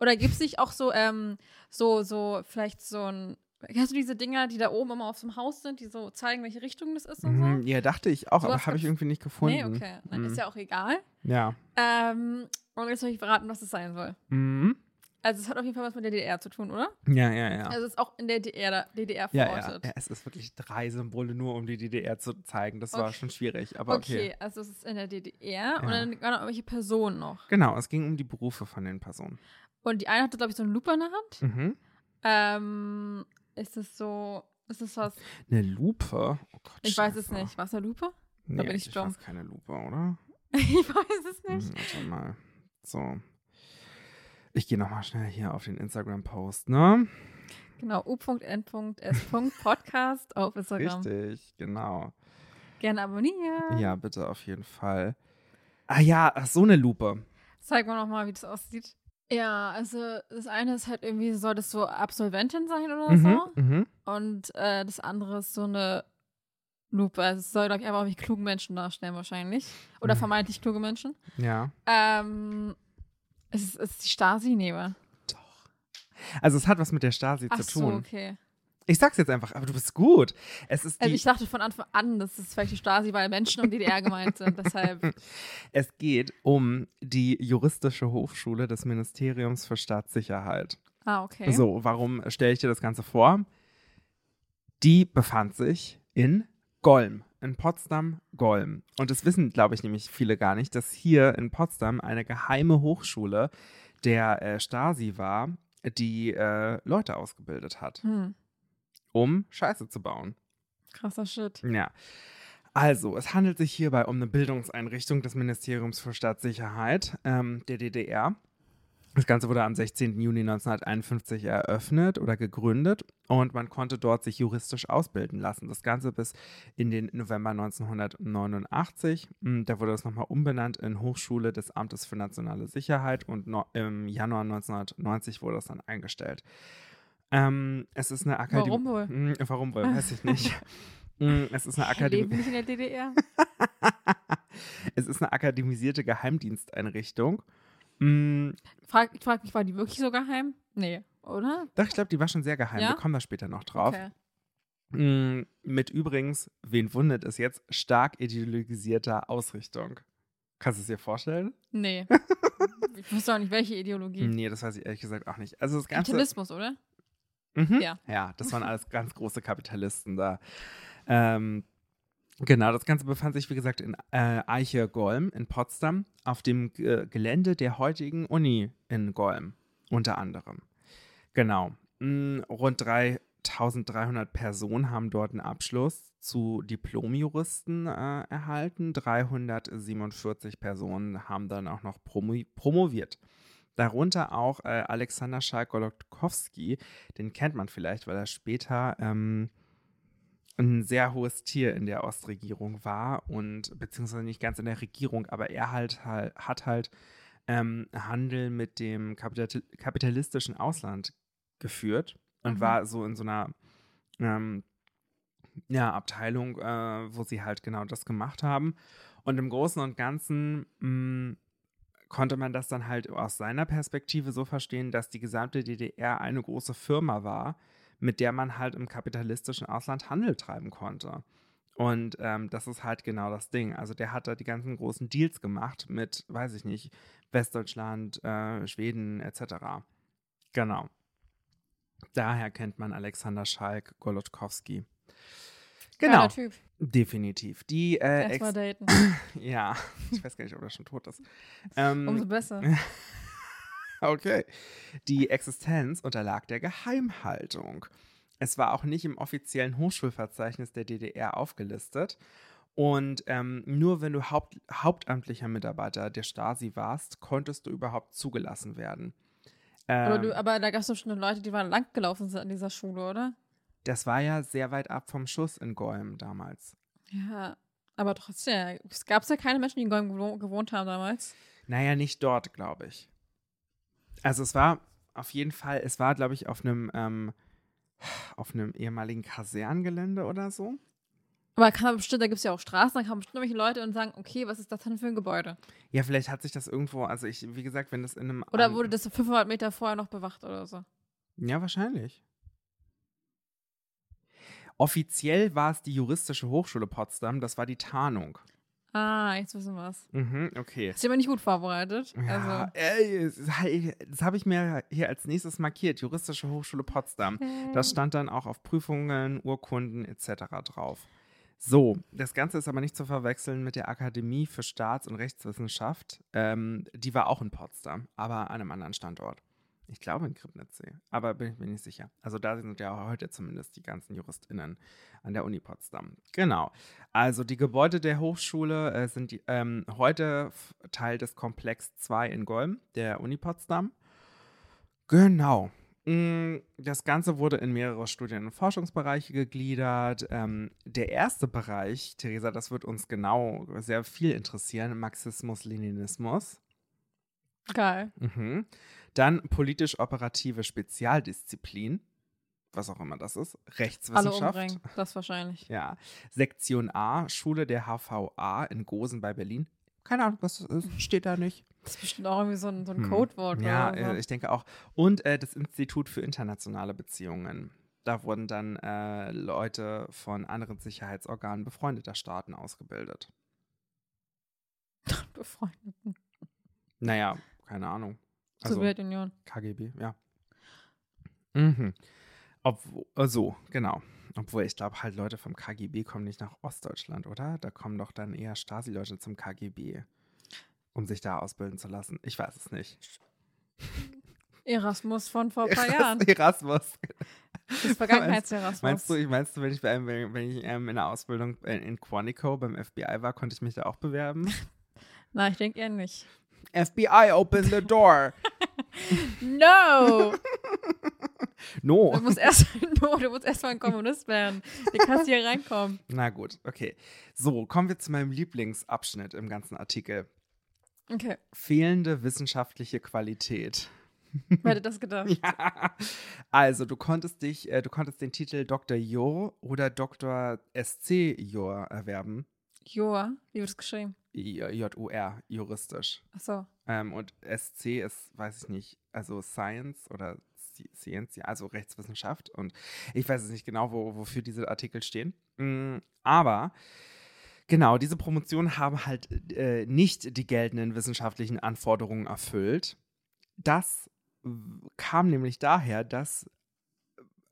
S2: Oder gibt es nicht auch so, ähm, so, so, vielleicht so ein. Hast du diese Dinger, die da oben immer auf so einem Haus sind, die so zeigen, welche Richtung das ist und so?
S1: Mhm, ja, dachte ich auch, aber
S2: Sowas
S1: habe ich
S2: gibt's-
S1: irgendwie nicht gefunden.
S2: Nee, okay. Dann
S1: Mhm.
S2: ist ja auch egal.
S1: Ja.
S2: Ähm, und jetzt habe ich verraten, was das sein soll.
S1: Mhm.
S2: Also, es hat auf jeden Fall was mit der DDR zu tun, oder?
S1: Ja, ja, ja.
S2: Also, es ist auch in der DDR, da- DDR
S1: ja, ja,
S2: verortet.
S1: ja, es ist wirklich drei Symbole nur, um die DDR zu zeigen. Das war
S2: Okay.
S1: schon schwierig, aber
S2: Okay.
S1: okay.
S2: also es ist in der DDR und dann waren auch irgendwelche Personen noch.
S1: Genau, es ging um die Berufe von den Personen.
S2: Und die eine hatte, glaube ich, so einen Looper in der Hand.
S1: Mhm.
S2: Ähm, ist es so, ist es was,
S1: Eine Lupe? Oh Gott,
S2: ich weiß es
S1: Scheiße.
S2: nicht, Wasserlupe?
S1: Nee,
S2: bin ich
S1: ich
S2: dumm.
S1: weiß keine Lupe, oder?
S2: Ich weiß es nicht.
S1: Hm, Warte mal. So. Ich gehe nochmal schnell hier auf den Instagram-Post, ne?
S2: Genau, u.n.s.podcast auf Instagram.
S1: Richtig, genau.
S2: Gerne abonnieren.
S1: Ja, bitte, auf jeden Fall. Ah ja, ach, so eine Lupe.
S2: Zeig mal nochmal, wie das aussieht. Ja, also das eine ist halt irgendwie, solltest du Absolventin sein oder
S1: Mhm,
S2: so.
S1: mhm.
S2: Und äh, das andere ist so eine Lupe. Also es soll, glaube ich, einfach irgendwie klugen Menschen darstellen wahrscheinlich. Oder
S1: Mhm.
S2: vermeintlich kluge Menschen.
S1: Ja.
S2: Ähm, es ist, es ist die Stasi-Nehmer.
S1: Doch. Also es hat was mit der Stasi
S2: Ach
S1: zu
S2: so,
S1: tun.
S2: okay.
S1: Ich sag's jetzt einfach, aber du bist gut. Es ist die,
S2: Also ich dachte von Anfang an, dass es vielleicht die Stasi, weil Menschen um DDR gemeint sind. Deshalb,
S1: es geht um die juristische Hochschule des Ministeriums für Staatssicherheit.
S2: ah, okay.
S1: So, warum stelle ich dir das Ganze vor? Die befand sich in Golm, in Potsdam-Golm. Und das wissen, glaube ich, nämlich viele gar nicht, dass hier in Potsdam eine geheime Hochschule der äh, Stasi war, die äh, Leute ausgebildet hat,
S2: Hm,
S1: um Scheiße zu bauen.
S2: krasser Shit.
S1: Ja. Also, es handelt sich hierbei um eine Bildungseinrichtung des Ministeriums für Staatssicherheit ähm, der DDR. Das Ganze wurde am 16. Juni 1951 eröffnet oder gegründet und man konnte dort sich juristisch ausbilden lassen. Das Ganze bis in den November 1989. Mm, Da wurde es nochmal umbenannt in Hochschule des Amtes für nationale Sicherheit und no im Januar 1990 wurde es dann eingestellt. Ähm, es ist eine Akademie.
S2: Warum wohl? Ah.
S1: Mm, Warum wohl? Weiß ich nicht. Mm, es ist eine Akademie.
S2: Leben nicht in der DDR.
S1: Es ist eine akademisierte Geheimdiensteinrichtung. Mm,
S2: Frag, ich frage mich, war die wirklich so geheim? Nee, oder?
S1: Doch, ich glaube, die war schon sehr geheim.
S2: Ja?
S1: Wir kommen da später noch drauf. Mm, Mit übrigens, wen wundert es jetzt, stark ideologisierter Ausrichtung. Kannst du es dir vorstellen?
S2: Nee. ich wusste auch nicht, welche Ideologie.
S1: Nee, das weiß ich ehrlich gesagt auch nicht. Also das Ganze.
S2: Kapitalismus, oder?
S1: Mhm.
S2: Ja.
S1: ja, das waren alles ganz große Kapitalisten da. Ähm, Genau, das Ganze befand sich, wie gesagt, in äh, Eiche-Golm in Potsdam, auf dem äh, Gelände der heutigen Uni in Golm, unter anderem. Genau. Mm, rund 3300 Personen haben dort einen Abschluss zu Diplomjuristen äh, erhalten. 347 Personen haben dann auch noch promo promoviert. Darunter auch äh, Alexander Schalk-Golodkowski, den kennt man vielleicht, weil er später ähm, ein sehr hohes Tier in der Ostregierung war und beziehungsweise nicht ganz in der Regierung, aber er halt, halt hat halt ähm, Handel mit dem Kapital kapitalistischen Ausland geführt und
S2: Mhm.
S1: war so in so einer ähm, ja, Abteilung, äh, wo sie halt genau das gemacht haben. Und im Großen und Ganzen mm, mh, konnte man das dann halt aus seiner Perspektive so verstehen, dass die gesamte DDR eine große Firma war, mit der man halt im kapitalistischen Ausland Handel treiben konnte. Und ähm, das ist halt genau das Ding. Also der hat da die ganzen großen Deals gemacht mit, weiß ich nicht, Westdeutschland, äh, Schweden etc. Genau. Daher kennt man Alexander Schalk-Golodkowski. Genau,
S2: Geiler Typ.
S1: definitiv. Die, äh,
S2: Erstmal
S1: Ex
S2: daten.
S1: ja, ich weiß gar nicht, ob er schon tot ist. Ähm,
S2: Umso besser.
S1: Okay. Die Existenz unterlag der Geheimhaltung. Es war auch nicht im offiziellen Hochschulverzeichnis der DDR aufgelistet. Und ähm, nur wenn du Haupt, hauptamtlicher Mitarbeiter der Stasi warst, konntest du überhaupt zugelassen werden.
S2: Aber,
S1: Ähm,
S2: du, aber da gab es doch schon Leute, die waren langgelaufen sind an dieser Schule, oder?
S1: das war ja sehr weit ab vom Schuss in Golm damals.
S2: Ja. Aber trotzdem, es gab ja keine Menschen, die in Golm gewo- gewohnt haben damals.
S1: Naja, nicht dort, glaube ich. Also es war auf jeden Fall, es war, glaube ich, auf einem, ähm, auf einem ehemaligen Kasernengelände oder so.
S2: Aber kann man bestimmt, da gibt es ja auch Straßen, da kamen bestimmt irgendwelche Leute und sagen, okay, was ist das denn für ein Gebäude?
S1: Ja, vielleicht hat sich das irgendwo, also ich, wie gesagt, wenn das in einem.
S2: Oder
S1: an-
S2: wurde das so 500 Meter vorher noch bewacht oder so?
S1: Ja, wahrscheinlich. Offiziell war es die Juristische Hochschule Potsdam, das war die Tarnung.
S2: Ah, jetzt wissen wir es.
S1: Mhm, okay.
S2: Ist aber nicht gut vorbereitet. Also
S1: Ja, ey, es- das habe ich mir hier als nächstes markiert, Juristische Hochschule Potsdam.
S2: Also,
S1: Das stand dann auch auf Prüfungen, Urkunden etc. drauf. So, das Ganze ist aber nicht zu verwechseln mit der Akademie für Staats- und Rechtswissenschaft. Ähm, die war auch in Potsdam, aber an einem anderen Standort. Ich glaube in Kribnitzsee, aber bin ich mir nicht sicher. Also da sind ja auch heute zumindest die ganzen JuristInnen an der Uni Potsdam. Genau. Also die Gebäude der Hochschule äh, sind die, ähm, heute f- Teil des Komplex 2 in Golm, der Uni Potsdam. Genau. Mm, Das Ganze wurde in mehrere Studien- und Forschungsbereiche gegliedert. Ähm, der erste Bereich, Theresa, das wird uns genau sehr viel interessieren, Marxismus, Leninismus.
S2: Geil.
S1: Mhm. Dann politisch-operative Spezialdisziplin, was auch immer das ist,
S2: Alle
S1: Rechtswissenschaft.
S2: umbringen, das wahrscheinlich.
S1: Ja. Sektion A, Schule der HVA in Gosen bei Berlin. Keine Ahnung, was das ist, steht da nicht.
S2: Das ist bestimmt auch irgendwie so ein, so ein
S1: Hm.
S2: Codewort
S1: Ja,
S2: oder so.
S1: äh, ich denke auch. Und äh, das Institut für internationale Beziehungen. Da wurden dann äh, Leute von anderen Sicherheitsorganen befreundeter Staaten ausgebildet.
S2: Befreundeten.
S1: Naja, keine Ahnung. Also
S2: Sowjetunion.
S1: KGB, ja. Mhm. Obwohl, äh, so, genau. Obwohl, ich glaube halt, Leute vom KGB kommen nicht nach Ostdeutschland, oder? Da kommen doch dann eher Stasi-Leute zum KGB, um sich da ausbilden zu lassen. Ich weiß es nicht.
S2: Erasmus von vor ein paar Jahren.
S1: Erasmus,
S2: Das Vergangenheits-Erasmus.
S1: Meinst du, ich meinst du, wenn ich, bei einem, wenn wenn ich ähm, in der Ausbildung in, in Quantico beim FBI war, konnte ich mich da auch bewerben?
S2: Nein, ich denke eher nicht.
S1: FBI, open the door!
S2: No! Du
S1: No!
S2: musst erst, no, du musst erst mal ein Kommunist werden. Wie kannst du hier reinkommen?
S1: Na gut, okay. So, kommen wir zu meinem Lieblingsabschnitt im ganzen Artikel.
S2: Okay,
S1: Fehlende wissenschaftliche Qualität.
S2: wer hätte das gedacht?
S1: Ja. Also, du konntest dich, äh, du konntest den Titel Dr. Jor oder Dr. SC Jor erwerben.
S2: Joa, wie wird es geschrieben?
S1: J- J-U-R, juristisch.
S2: Achso,
S1: Ähm, und SC ist, weiß ich nicht, also Science oder Ci- Ciencia, also Rechtswissenschaft. Und ich weiß es nicht genau, wo, wofür diese Artikel stehen. Mm, aber genau, diese Promotionen haben halt äh, nicht die geltenden wissenschaftlichen Anforderungen erfüllt. Das w- kam nämlich daher, dass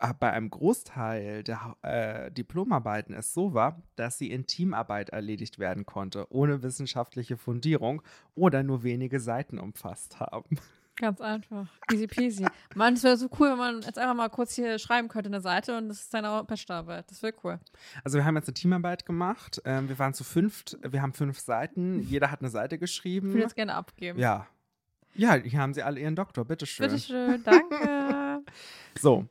S1: äh, bei einem Großteil der Hau- äh, Diplomarbeiten es so war, dass sie in Teamarbeit erledigt werden konnte, ohne wissenschaftliche Fundierung oder nur wenige Seiten umfasst haben.
S2: ganz einfach. Easy peasy. Mann, es wäre so cool, wenn man jetzt einfach mal kurz hier schreiben könnte eine Seite und das ist dann auch Bachelorarbeit. Das wäre cool.
S1: Also wir haben jetzt eine Teamarbeit gemacht. Ähm, wir waren zu fünft. Wir haben fünf Seiten. Jeder hat eine Seite
S2: Ich würde
S1: geschrieben.
S2: das gerne abgeben.
S1: Mhm. Ja. Ja, hier haben sie alle ihren Doktor. Bitteschön.
S2: Bitteschön, danke.
S1: So.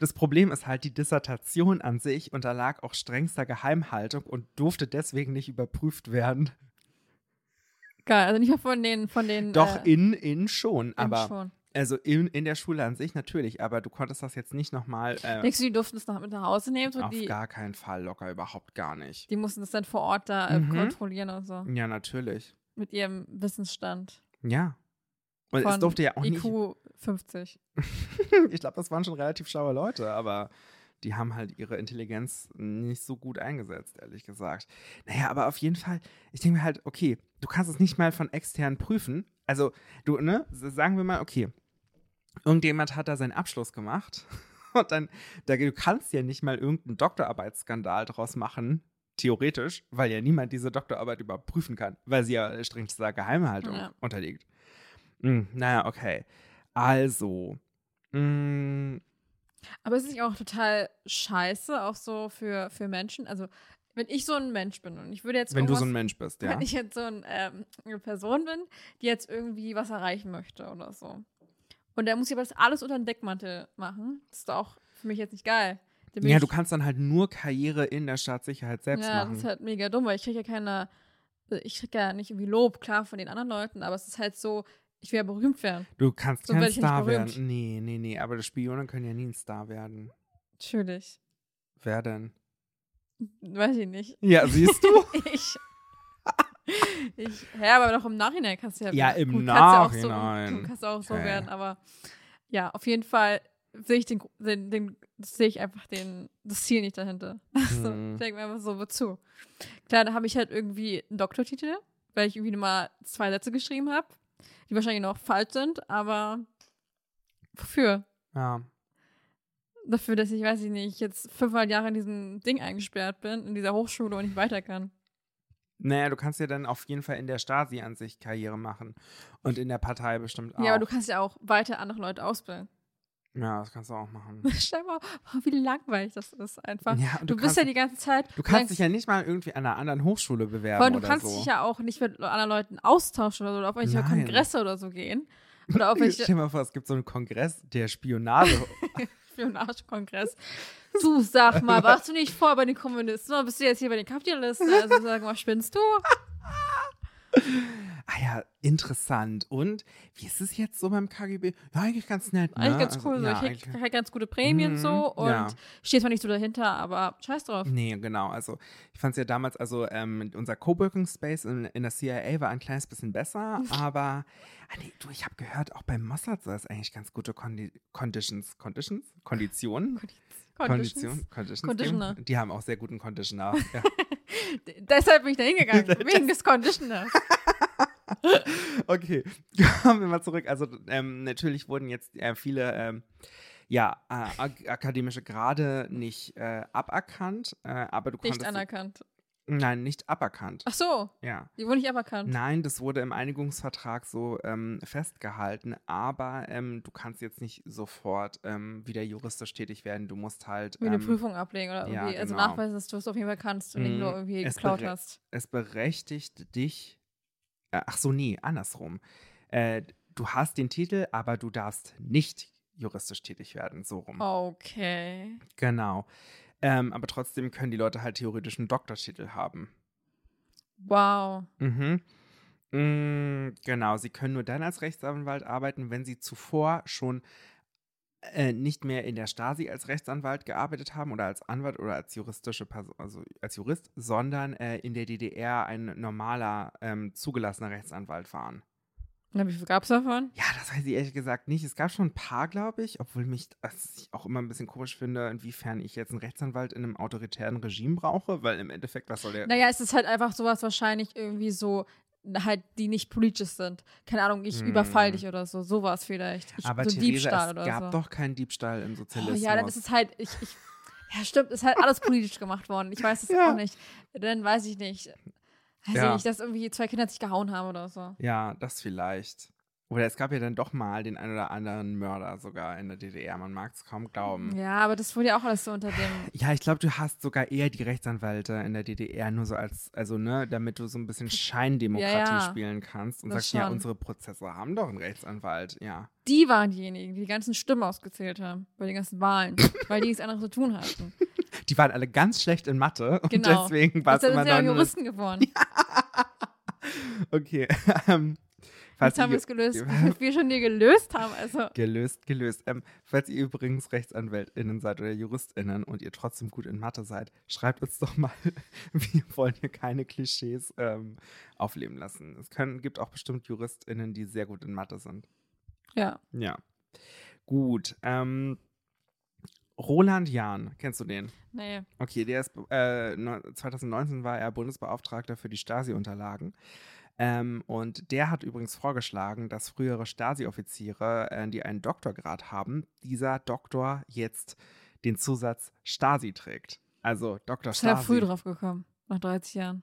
S1: Das Problem ist halt, die Dissertation an sich unterlag auch strengster Geheimhaltung und durfte deswegen nicht überprüft werden.
S2: Geil, also nicht mal von den, von den.
S1: Doch
S2: äh,
S1: in, in schon, aber
S2: Schon.
S1: also in, in der Schule an sich natürlich, aber du konntest das jetzt nicht nochmal äh,
S2: Denkst du, die durften es nach, mit nach Hause nehmen? So
S1: auf
S2: die,
S1: gar keinen Fall locker, überhaupt gar nicht.
S2: die mussten das dann vor Ort da äh,
S1: Mhm.
S2: kontrollieren und so.
S1: Ja, natürlich.
S2: Mit ihrem Wissensstand.
S1: Ja. Und
S2: von
S1: es durfte ja auch
S2: IQ
S1: nicht
S2: 50.
S1: ich glaube, das waren schon relativ schlaue Leute, aber die haben halt ihre Intelligenz nicht so gut eingesetzt, ehrlich gesagt. Naja, aber auf jeden Fall, ich denke mir halt, okay, du kannst es nicht mal von extern prüfen. Also, du, ne, s- sagen wir mal, okay, irgendjemand hat da seinen Abschluss gemacht Und dann, da, du kannst ja nicht mal irgendeinen Doktorarbeitsskandal draus machen, theoretisch, weil ja niemand diese Doktorarbeit überprüfen kann, weil sie ja strengster Geheimhaltung
S2: Ja.
S1: unterliegt. Hm, naja, okay. Also, mm,
S2: Aber es ist nicht auch total scheiße, auch so für, für Menschen. Also, wenn ich so ein Mensch bin und ich würde jetzt
S1: wenn du
S2: irgendwas-
S1: so ein Mensch bist, ja.
S2: wenn ich jetzt so ein, ähm, eine Person bin, die jetzt irgendwie was erreichen möchte oder so. Und dann muss ich aber das alles unter den Deckmantel machen. Das ist doch auch für mich jetzt nicht geil. Dann bin
S1: Ja,
S2: ich-
S1: du kannst dann halt nur Karriere in der Staatssicherheit selbst
S2: ja, das
S1: machen.
S2: ist halt mega dumm, weil ich kriege ja keine, also ich kriege ja nicht irgendwie Lob, klar, von den anderen Leuten, aber es ist halt so, ich will ja berühmt werden.
S1: du kannst
S2: so
S1: kein
S2: werd ich nicht
S1: Star
S2: berühmt.
S1: werden. Nee, nee, nee, aber Spione können ja nie ein Star werden.
S2: Natürlich.
S1: Wer denn?
S2: Weiß ich nicht.
S1: Ja, siehst du?
S2: Ich. ich ja, aber doch im Nachhinein kannst du ja.
S1: Ja, im
S2: gut, kannst du Auch so,
S1: Nachhinein.
S2: du kannst auch so
S1: Okay.
S2: werden, aber ja, auf jeden Fall sehe ich den, den, den sehe ich einfach den, das Ziel nicht dahinter. Also,
S1: Hm.
S2: Ich denke mir einfach so, wozu? Klar, da habe ich halt irgendwie einen Doktortitel, weil ich irgendwie mal zwei Sätze geschrieben habe, die wahrscheinlich noch falsch sind, aber wofür?
S1: ja.
S2: Dafür, dass ich, weiß ich nicht, jetzt 500 Jahre in diesem Ding eingesperrt bin, in dieser Hochschule und nicht weiter kann.
S1: Naja, du kannst ja dann auf jeden Fall in der Stasi an sich Karriere machen. Und in der Partei bestimmt auch.
S2: Ja, aber du kannst ja auch weiter andere Leute ausbilden.
S1: ja das kannst du auch machen.
S2: Stell dir mal, vor, wie langweilig das ist einfach.
S1: Ja, und
S2: du
S1: du
S2: bist
S1: kannst-
S2: ja die ganze Zeit.
S1: Du kannst dich ja nicht mal irgendwie an einer anderen Hochschule bewerben.
S2: Vor allem, du
S1: oder
S2: kannst
S1: so.
S2: dich ja auch nicht mit anderen Leuten austauschen oder, so, oder auf welche
S1: Nein.
S2: Kongresse oder so gehen. Oder auf welche
S1: Stell dir mal vor, es gibt so einen Kongress der Spionage.
S2: Spionagekongress. Du sag mal, warst du nicht vor bei den Kommunisten oder bist du jetzt hier bei den Kapitalisten? Also sag mal, spinnst du?
S1: ah ja, interessant. Und wie ist es jetzt so beim KGB? Ja, eigentlich ganz nett. Ne?
S2: Eigentlich ganz cool.
S1: Also,
S2: so.
S1: ja,
S2: ich krieg
S1: eigentlich-
S2: halt ganz gute Prämien
S1: Mhm,
S2: so und
S1: ja.
S2: stehe zwar nicht so dahinter, aber scheiß drauf.
S1: Nee, genau. Also ich fand es ja damals, also ähm, unser Coworking Space in, in der CIA war ein kleines bisschen besser, aber ah, nee, du, ich habe gehört, auch bei Mossad soll es eigentlich ganz gute Condi Conditions, Conditions, Konditionen,
S2: Conditions.
S1: Kondition, Conditions
S2: Conditioner.
S1: geben. Die haben auch sehr guten Conditioner. ja.
S2: D- Deshalb bin ich da hingegangen, wegen des Conditioners.
S1: Okay, kommen wir mal zurück. Also ähm, natürlich wurden jetzt äh, viele ähm, ja, äh, ak akademische Grade nicht äh, aberkannt, äh, aber du konntest...
S2: Nicht anerkannt.
S1: Nein, nicht aberkannt,
S2: Ach so,
S1: ja.
S2: die wurde nicht aberkannt.
S1: Nein, das wurde im Einigungsvertrag so ähm, festgehalten, aber ähm, du kannst jetzt nicht sofort ähm, wieder juristisch tätig werden. Du musst halt
S2: Wie eine
S1: ähm,
S2: Prüfung ablegen oder
S1: ja,
S2: irgendwie. Also
S1: genau.
S2: nachweisen, dass du es auf jeden Fall kannst und nicht
S1: Mm,
S2: nur irgendwie
S1: es
S2: geklaut
S1: bere-
S2: hast.
S1: es berechtigt dich. Äh, ach so, nee, andersrum. Äh, du hast den Titel, aber du darfst nicht juristisch tätig werden, so rum.
S2: Okay.
S1: Genau. Ähm, aber trotzdem können die Leute halt theoretisch einen Doktortitel haben.
S2: Wow.
S1: Mhm. Mm, genau, sie können nur dann als Rechtsanwalt arbeiten, wenn sie zuvor schon äh, nicht mehr in der Stasi als Rechtsanwalt gearbeitet haben oder als Anwalt oder als juristische Person, also als Jurist, sondern äh, in der DDR ein normaler ähm, zugelassener Rechtsanwalt waren.
S2: Na, wie viel gab's davon?
S1: Ja, das weiß ich ehrlich gesagt nicht. Es gab schon ein paar, glaube ich, obwohl mich das ich auch immer ein bisschen komisch finde, inwiefern ich jetzt einen Rechtsanwalt in einem autoritären Regime brauche, weil im Endeffekt, was soll der.
S2: Naja, es ist halt einfach sowas wahrscheinlich irgendwie so, halt, die nicht politisch sind. Keine Ahnung, ich
S1: Hm.
S2: überfall dich oder so. Sowas vielleicht. Ich,
S1: aber
S2: so
S1: Theresa,
S2: Diebstahl
S1: es
S2: oder
S1: gab
S2: so.
S1: doch keinen Diebstahl im
S2: oh,
S1: Sozialismus.
S2: ja, dann ist es halt, ich, ich, ja stimmt, ist halt alles politisch gemacht worden. Ich weiß es
S1: Ja.
S2: auch nicht. Dann weiß ich nicht. Weiß
S1: Ja.
S2: ich nicht, dass irgendwie zwei Kinder sich gehauen haben oder so.
S1: Ja, das vielleicht. Oder es gab ja dann doch mal den ein oder anderen Mörder sogar in der DDR. Man mag es kaum glauben.
S2: Ja, aber das wurde ja auch alles so unter dem
S1: Ja, ich glaube, du hast sogar eher die Rechtsanwälte in der DDR, nur so als, also, ne, damit du so ein bisschen Scheindemokratie
S2: Ja, ja.
S1: spielen kannst und
S2: Das
S1: sagst, ja,
S2: schon.
S1: unsere Prozesse haben doch einen Rechtsanwalt, ja.
S2: die waren diejenigen, die die ganzen Stimmen ausgezählt haben bei den ganzen Wahlen, weil die nichts anderes zu tun hatten.
S1: Die waren alle ganz schlecht in Mathe und
S2: Genau.
S1: deswegen war
S2: Jetzt
S1: es
S2: sind
S1: immer
S2: sie ja
S1: 99.
S2: Juristen geworden.
S1: Okay. ähm, falls
S2: Jetzt haben
S1: ihr-
S2: wir es gelöst, weil wir schon die gelöst haben. Also
S1: Gelöst, gelöst. Ähm, falls ihr übrigens RechtsanwältInnen seid oder JuristInnen und ihr trotzdem gut in Mathe seid, schreibt uns doch mal. Wir wollen hier keine Klischees ähm, aufleben lassen. Es können, gibt auch bestimmt JuristInnen, die sehr gut in Mathe sind.
S2: ja,
S1: Ja. Gut. Ähm, Roland Jahn, kennst du den?
S2: nee.
S1: Okay, der ist, äh, neun- 2019 war er Bundesbeauftragter für die Stasi-Unterlagen. Ähm, und der hat übrigens vorgeschlagen, dass frühere Stasi-Offiziere, äh, die einen Doktorgrad haben, dieser Doktor jetzt den Zusatz Stasi trägt. Also Dr.
S2: Ich
S1: Stasi.
S2: bin da früh drauf gekommen, nach 30 Jahren.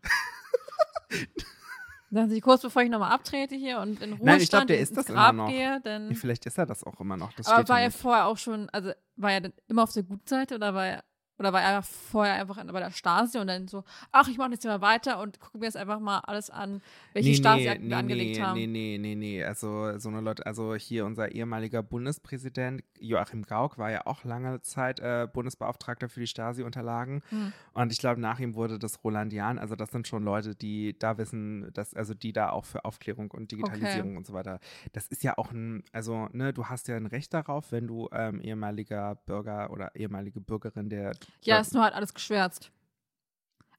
S2: Dachte ich kurz bevor ich nochmal abtrete hier und in Ruhe
S1: Nein, ich glaub,
S2: stand,
S1: der
S2: und
S1: ist
S2: ins
S1: das immer
S2: Grab
S1: noch.
S2: gehe, dann
S1: Nee, Vielleicht ist er das auch immer noch. Das
S2: Aber
S1: steht
S2: war
S1: hier
S2: er
S1: nicht.
S2: vorher auch schon, also war er dann immer auf der guten Seite oder war er, oder war er vorher einfach an- bei der Stasi und dann so, ach, ich mache jetzt hier mal weiter und gucke mir jetzt einfach mal alles an, welche Stasi-Akten wir angelegt
S1: nee,
S2: haben.
S1: Nee, nee, nee, nee. Also so eine Leute, also hier unser ehemaliger Bundespräsident Joachim Gauck war ja auch lange Zeit äh, Bundesbeauftragter für die Stasi-Unterlagen.
S2: Hm.
S1: Und ich glaube, nach ihm wurde das Roland Jahn. Also das sind schon Leute, die da wissen, dass, also die da auch für Aufklärung und Digitalisierung und so weiter. Das ist ja auch ein, also, ne, du hast ja ein Recht darauf, wenn du ähm, ehemaliger Bürger oder ehemalige Bürgerin der
S2: Ja, ist nur halt alles geschwärzt.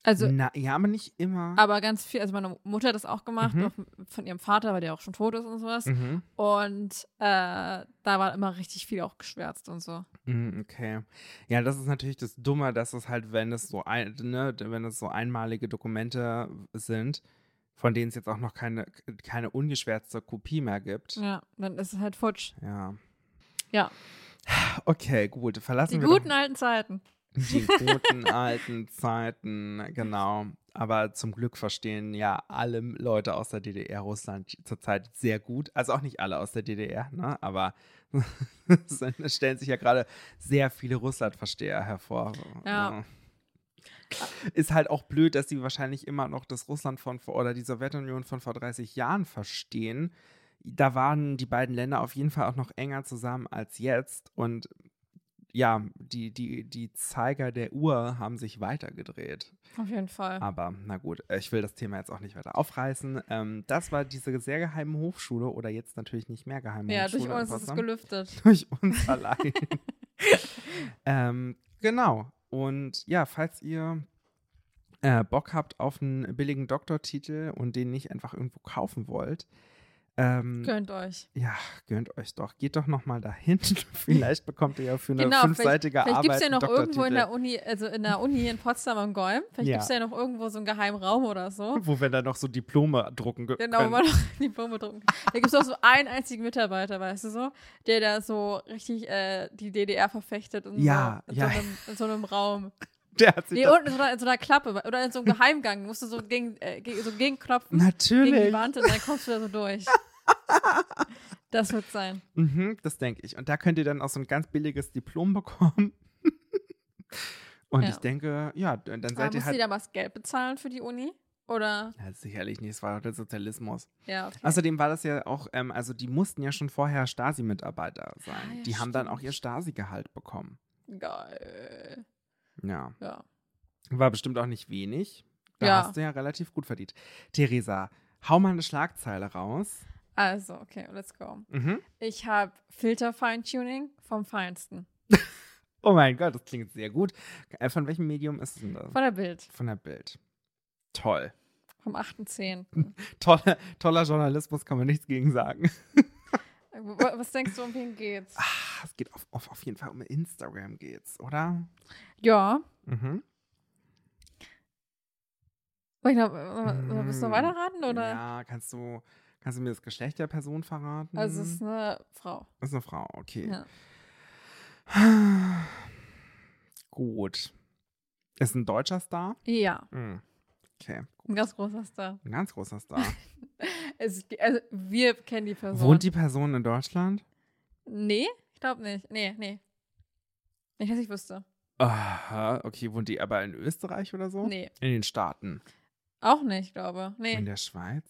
S2: Also,
S1: Na, ja, aber nicht immer.
S2: aber ganz viel, also meine Mutter hat das auch gemacht,
S1: Mhm.
S2: auch von ihrem Vater, weil der auch schon tot ist und sowas.
S1: mhm.
S2: Und äh, da war immer richtig viel auch geschwärzt und so.
S1: Mm, Okay. Ja, das ist natürlich das Dumme, dass es halt, wenn es so ein, ne, wenn es so einmalige Dokumente sind, von denen es jetzt auch noch keine, keine ungeschwärzte Kopie mehr gibt. Ja.
S2: Ja, dann ist es halt futsch. Ja.
S1: Okay, gut. Verlassen
S2: Die
S1: wir
S2: guten
S1: doch
S2: alten Zeiten.
S1: die guten alten Zeiten, genau. Aber zum Glück verstehen ja alle Leute aus der DDR Russland zurzeit sehr gut. Also auch nicht alle aus der DDR, ne? Aber es stellen sich ja gerade sehr viele Russlandversteher hervor.
S2: Ja.
S1: Ist halt auch blöd, dass sie wahrscheinlich immer noch das Russland von vor oder die Sowjetunion von vor 30 Jahren verstehen. Da waren die beiden Länder auf jeden Fall auch noch enger zusammen als jetzt. Und ja, die, die, die Zeiger der Uhr haben sich weitergedreht.
S2: Auf jeden Fall.
S1: Aber na gut, äh, ich will das Thema jetzt auch nicht weiter aufreißen. Ähm, das war diese sehr geheime Hochschule oder jetzt natürlich nicht mehr geheime
S2: Ja,
S1: Hochschule.
S2: durch
S1: in
S2: uns ist es
S1: Potsdam.
S2: gelüftet.
S1: Durch uns allein. ähm, genau. Und ja, falls ihr äh, Bock habt auf einen billigen Doktortitel und den nicht einfach irgendwo kaufen wollt, ähm,
S2: Gönnt euch.
S1: ja, gönnt euch doch. Geht doch noch mal dahin. vielleicht bekommt ihr ja für eine
S2: Genau, vielleicht,
S1: fünfseitige
S2: vielleicht
S1: Arbeit
S2: gibt es ja
S1: einen
S2: noch irgendwo
S1: Doktortitel.
S2: in der Uni, also in der Uni in Potsdam am Golm, vielleicht
S1: Ja.
S2: gibt es ja noch irgendwo so einen geheimen Raum oder so.
S1: wo wir dann noch so Diplome drucken ge-
S2: Genau, wo
S1: können.
S2: man noch die Bombe drucken kann. Da gibt es auch so einen einzigen Mitarbeiter, weißt du so, der da so richtig äh, die DDR verfechtet und
S1: Ja,
S2: so, in,
S1: ja.
S2: so einem, in so einem Raum.
S1: Der hat sich
S2: Nee,
S1: das,
S2: unten in so, einer, in so einer Klappe oder in so einem Geheimgang, musst du so gegen, äh, gegen, so gegenklopfen gegen die
S1: natürlich.
S2: Wand und dann kommst du da so durch. Das wird sein.
S1: Mhm, das denke ich. Und da könnt ihr dann auch so ein ganz billiges Diplom bekommen. Und
S2: Ja.
S1: ich denke, ja, d- dann
S2: Aber
S1: seid ihr
S2: musst du
S1: halt.
S2: da was Geld bezahlen für die Uni? Oder?
S1: Ja, sicherlich nicht, es war doch der Sozialismus.
S2: Ja, okay.
S1: Außerdem war das ja auch, ähm, also die mussten ja schon vorher Stasi-Mitarbeiter sein.
S2: Ah, ja,
S1: die haben dann auch
S2: stimmt.
S1: ihr Stasi-Gehalt bekommen.
S2: Geil.
S1: Ja.
S2: Ja.
S1: War bestimmt auch nicht wenig. Da
S2: Ja.
S1: hast du ja relativ gut verdient. Theresa, hau mal eine Schlagzeile raus.
S2: Also, okay, let's go.
S1: Mhm.
S2: Ich habe Filter-Feintuning vom Feinsten.
S1: Oh mein Gott, das klingt sehr gut. Äh, Von welchem Medium ist es denn das?
S2: Von der Bild.
S1: Von der Bild. Toll.
S2: Vom 8.10.
S1: Toller, toller Journalismus, kann man nichts gegen sagen.
S2: Wo- wo- Was denkst du, um wen geht's?
S1: Ah, Es geht auf, auf, auf jeden Fall um Instagram geht's, oder?
S2: Ja.
S1: Mhm.
S2: Soll ich noch, äh, äh, willst du noch
S1: Mm,
S2: weiterraten? Oder?
S1: Ja, kannst du, kannst du mir das Geschlecht der Person verraten?
S2: Also, es ist eine Frau.
S1: Ist eine Frau, okay.
S2: Ja.
S1: Gut. Ist ein deutscher Star?
S2: ja.
S1: Mhm. Okay,
S2: Ein ganz großer Star.
S1: ein ganz großer Star.
S2: Es, also, wir kennen die Person.
S1: Wohnt die Person in Deutschland?
S2: Nee, ich glaube nicht. Nee, nee. Nicht, dass ich wüsste.
S1: Aha, okay, wohnt die aber in Österreich oder so?
S2: Nee.
S1: In den Staaten?
S2: Auch nicht, glaube
S1: In
S2: Nee.
S1: der Schweiz?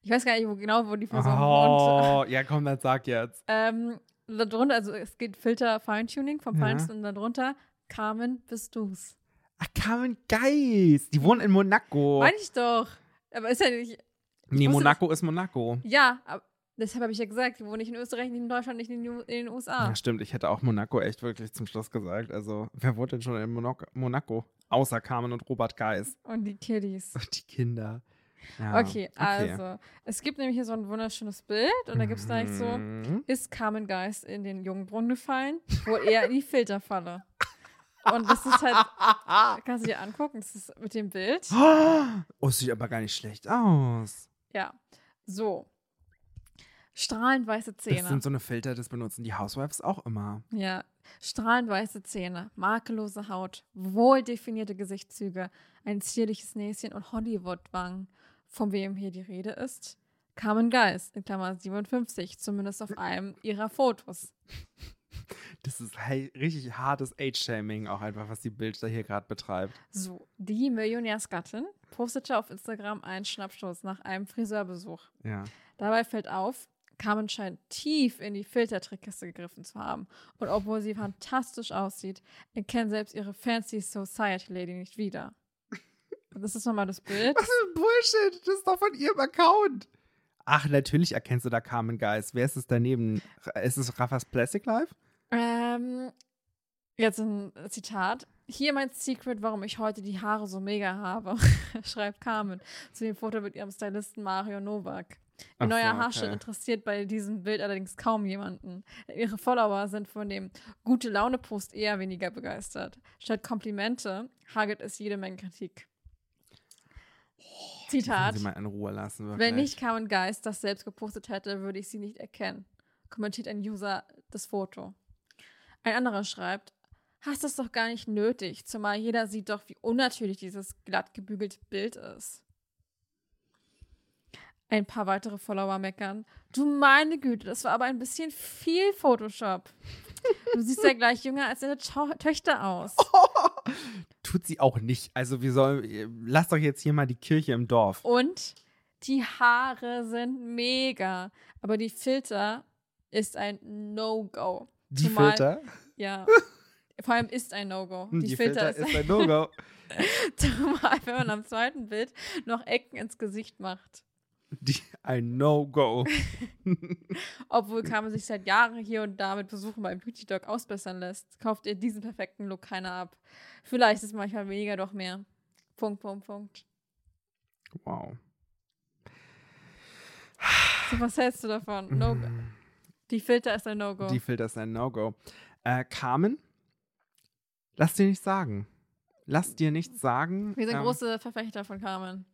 S2: Ich weiß gar nicht, wo genau, wo die Person wohnt.
S1: Oh, ja komm, dann sag jetzt.
S2: Ähm, darunter, also es geht Filter Feintuning vom
S1: Ja.
S2: Feinsten und darunter Carmen bist du's.
S1: Ach, Ah, Carmen Geis. Die wohnen in Monaco.
S2: Meine ich doch. Aber ist ja nicht.
S1: nee,
S2: ich wusste
S1: Monaco ist Monaco.
S2: Ja, aber deshalb habe ich ja gesagt, die wohnen nicht in Österreich, nicht in Deutschland, nicht in, den U- in den USA.
S1: Ja, stimmt. Ich hätte auch Monaco echt wirklich zum Schluss gesagt. Also, wer wohnt denn schon in Monaco? Monaco? Außer Carmen und Robert Geis.
S2: Und die Kiddies.
S1: Ach, die Kinder. Ja,
S2: okay, also. Es gibt nämlich hier so ein wunderschönes Bild und da gibt es gleich so.
S1: Mhm.
S2: ist Carmen Geist in den Jungbrunnen gefallen, wohl eher in die Filterfalle. Und das ist Ah, halt, kannst du dir angucken, das ist mit dem Bild.
S1: Ah! Oh, es sieht aber gar nicht schlecht aus.
S2: Ja. So. Strahlend weiße
S1: Das
S2: Zähne.
S1: sind so eine Filter, das benutzen die Housewives auch immer.
S2: Ja. Strahlend weiße Zähne, makellose Haut, wohldefinierte Gesichtszüge, ein zierliches Näschen und Hollywood-Wangen. Von wem hier die Rede ist? Carmen Geist, in Klammer 57, zumindest auf einem ihrer Fotos.
S1: Das ist hei- richtig hartes Age-Shaming auch einfach, was die Bild da hier gerade betreibt.
S2: So, die Millionärsgattin postete auf Instagram einen Schnappstoß nach einem Friseurbesuch.
S1: Ja.
S2: Dabei fällt auf, Carmen scheint tief in die Filtertrickkiste gegriffen zu haben. Und obwohl sie fantastisch aussieht, erkennen selbst ihre fancy Society Lady nicht wieder. Das ist nochmal das Bild.
S1: Was für ein Bullshit, das ist doch von ihrem Account. Ach, natürlich erkennst du da Carmen Geist. Wer ist es daneben? Ra- Ist es Raffas Plastic Life?
S2: Ähm, jetzt ein Zitat. Hier mein Secret, warum ich heute die Haare so mega habe, schreibt Carmen zu dem Foto mit ihrem Stylisten Mario Novak.
S1: Ach
S2: Ihr neuer
S1: so,
S2: Haarschnitt
S1: okay.
S2: interessiert bei diesem Bild allerdings kaum jemanden. Ihre Follower sind von dem gute Laune Post eher weniger begeistert. Statt Komplimente hagelt es jede Menge Kritik. Zitat.
S1: Oh, Sollen Sie mal in Ruhe lassen, wirklich.
S2: Wenn nicht Carmen Geist das selbst gepostet hätte, würde ich sie nicht erkennen, kommentiert ein User das Foto. Ein anderer schreibt, hast das doch gar nicht nötig, zumal jeder sieht doch, wie unnatürlich dieses glatt gebügelte Bild ist. Ein paar weitere Follower meckern. Du meine Güte, das war aber ein bisschen viel Photoshop. Du siehst ja gleich jünger als deine Tau- Töchter aus.
S1: Tut sie auch nicht. Also wir sollen, lass doch jetzt hier mal die Kirche im Dorf.
S2: Oh, Und die Haare sind mega. Aber die Filter ist ein No-Go.
S1: die
S2: zumal-
S1: Filter,
S2: Ja. Vor allem ist ein No-Go.
S1: Hm, die,
S2: Die, Filter, ist
S1: ist ein No-Go.
S2: zumal, wenn man am zweiten Bild noch Ecken ins Gesicht macht.
S1: Die- Ein No-Go.
S2: Obwohl Carmen sich seit Jahren hier und da mit Besuchen beim Beauty Dog ausbessern lässt, kauft ihr diesen perfekten Look keiner ab. Vielleicht ist manchmal weniger doch mehr. Punkt, Punkt, Punkt.
S1: Wow.
S2: So, was hältst du davon? No die Filter ist ein No-Go.
S1: Mhm. Die Filter ist ein No-Go. Äh, Carmen, lass dir nichts sagen. Lass dir nichts sagen.
S2: Wir sind
S1: Ähm,
S2: große Verfechter von Carmen.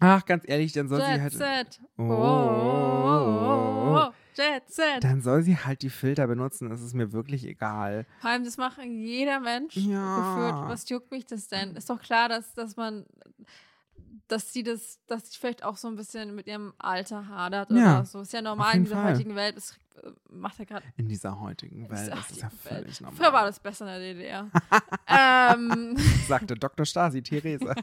S1: Ach, ganz ehrlich, dann soll
S2: Jet
S1: sie halt.
S2: Set.
S1: Oh,
S2: Oh, oh, oh, oh, Jet Set.
S1: Dann soll sie halt die Filter benutzen. Das ist mir wirklich egal.
S2: Vor allem, das macht jeder Mensch
S1: Ja.
S2: gefühlt. Was juckt mich das denn? Ist doch klar, dass, dass man, dass sie das, dass sie vielleicht auch so ein bisschen mit ihrem Alter hadert
S1: Ja,
S2: oder so. Ist ja normal in
S1: jeden
S2: dieser
S1: Fall.
S2: heutigen Welt. Das äh, macht ja gerade.
S1: In dieser heutigen Welt.
S2: dieser
S1: Das ist ja
S2: heutigen Welt.
S1: völlig normal.
S2: Früher war das besser in der DDR. ähm,
S1: Sagte Dr. Stasi, Theresa.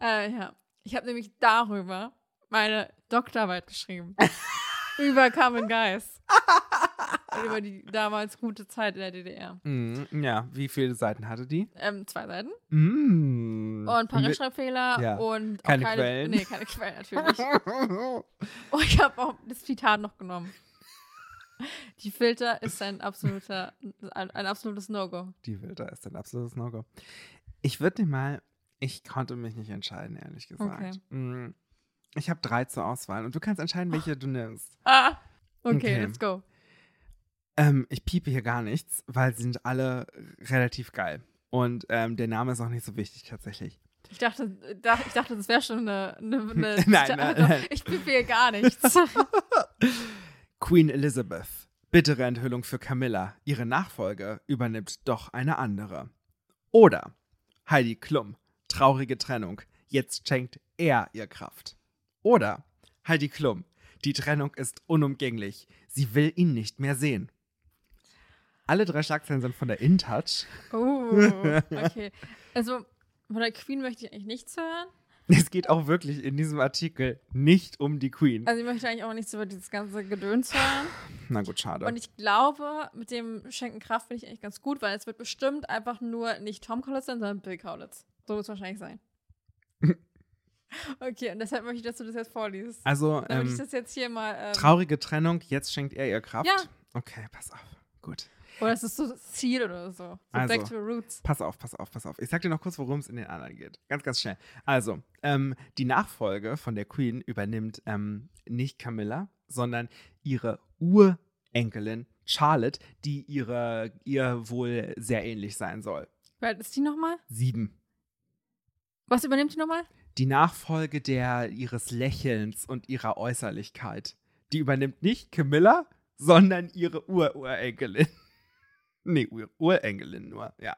S2: äh, ja. Ich habe nämlich darüber meine Doktorarbeit geschrieben. über Carmen Geis. Und über die damals gute Zeit in der DDR.
S1: Mm, ja, wie viele Seiten hatte die?
S2: Ähm, zwei Seiten.
S1: Mm.
S2: Und ein paar
S1: Mit-
S2: Rechtschreibfehler
S1: Ja.
S2: und
S1: Keine
S2: auch keine
S1: Quellen.
S2: Nee, keine Quellen natürlich. Und ich habe auch das Zitat noch genommen. Die Filter ist ein absoluter, ein, ein absolutes No-Go.
S1: Die Filter ist ein absolutes No-Go. Ich würde dir mal, ich konnte mich nicht entscheiden, ehrlich gesagt. Mm, Ich habe drei zur Auswahl und du kannst entscheiden, welche du nimmst.
S2: Ah! Okay,
S1: Okay.
S2: let's go.
S1: Ähm, ich piepe hier gar nichts, weil sie sind alle relativ geil. Und ähm, der Name ist auch nicht so wichtig tatsächlich.
S2: Ich dachte, da, ich dachte das wäre schon eine. eine, eine
S1: Nein, nein,
S2: Also,
S1: nein.
S2: Ich befehle gar nichts.
S1: Queen Elizabeth. Bittere Enthüllung für Camilla. Ihre Nachfolge übernimmt doch eine andere. Oder Heidi Klum. Traurige Trennung. Jetzt schenkt er ihr Kraft. Oder Heidi Klum. Die Trennung ist unumgänglich. Sie will ihn nicht mehr sehen. Alle drei Schlagzeilen sind von der InTouch.
S2: oh, okay. Also, von der Queen möchte ich eigentlich nichts hören.
S1: Es geht auch wirklich in diesem Artikel nicht um die Queen.
S2: Also, ich möchte eigentlich auch nichts über dieses ganze Gedöns hören.
S1: Na gut, schade.
S2: Und ich glaube, mit dem Schenken Kraft finde ich eigentlich ganz gut, weil es wird bestimmt einfach nur nicht Tom Collins sein, sondern Bill Kaulitz. So wird es wahrscheinlich sein. okay, und deshalb möchte ich, dass du das jetzt vorliest.
S1: Also,
S2: Damit ich
S1: ähm,
S2: das jetzt hier mal. Ähm,
S1: traurige Trennung. Jetzt schenkt er ihr Kraft.
S2: Ja.
S1: Okay, pass auf. Gut.
S2: oder es ist so das Ziel oder so. so
S1: Also.
S2: Back to the Roots.
S1: Pass auf, pass auf, pass auf. Ich sag dir noch kurz, worum es in den anderen geht. Ganz, ganz schnell. Also, ähm, die Nachfolge von der Queen übernimmt ähm, nicht Camilla, sondern ihre Urenkelin Charlotte, die ihre, ihr wohl sehr ähnlich sein soll.
S2: Wer ist die nochmal?
S1: Sieben.
S2: Was übernimmt die nochmal?
S1: Die Nachfolge der ihres Lächelns und ihrer Äußerlichkeit. Die übernimmt nicht Camilla, sondern ihre Ur-Urenkelin. nee, Ur Urenkelin nur, ja.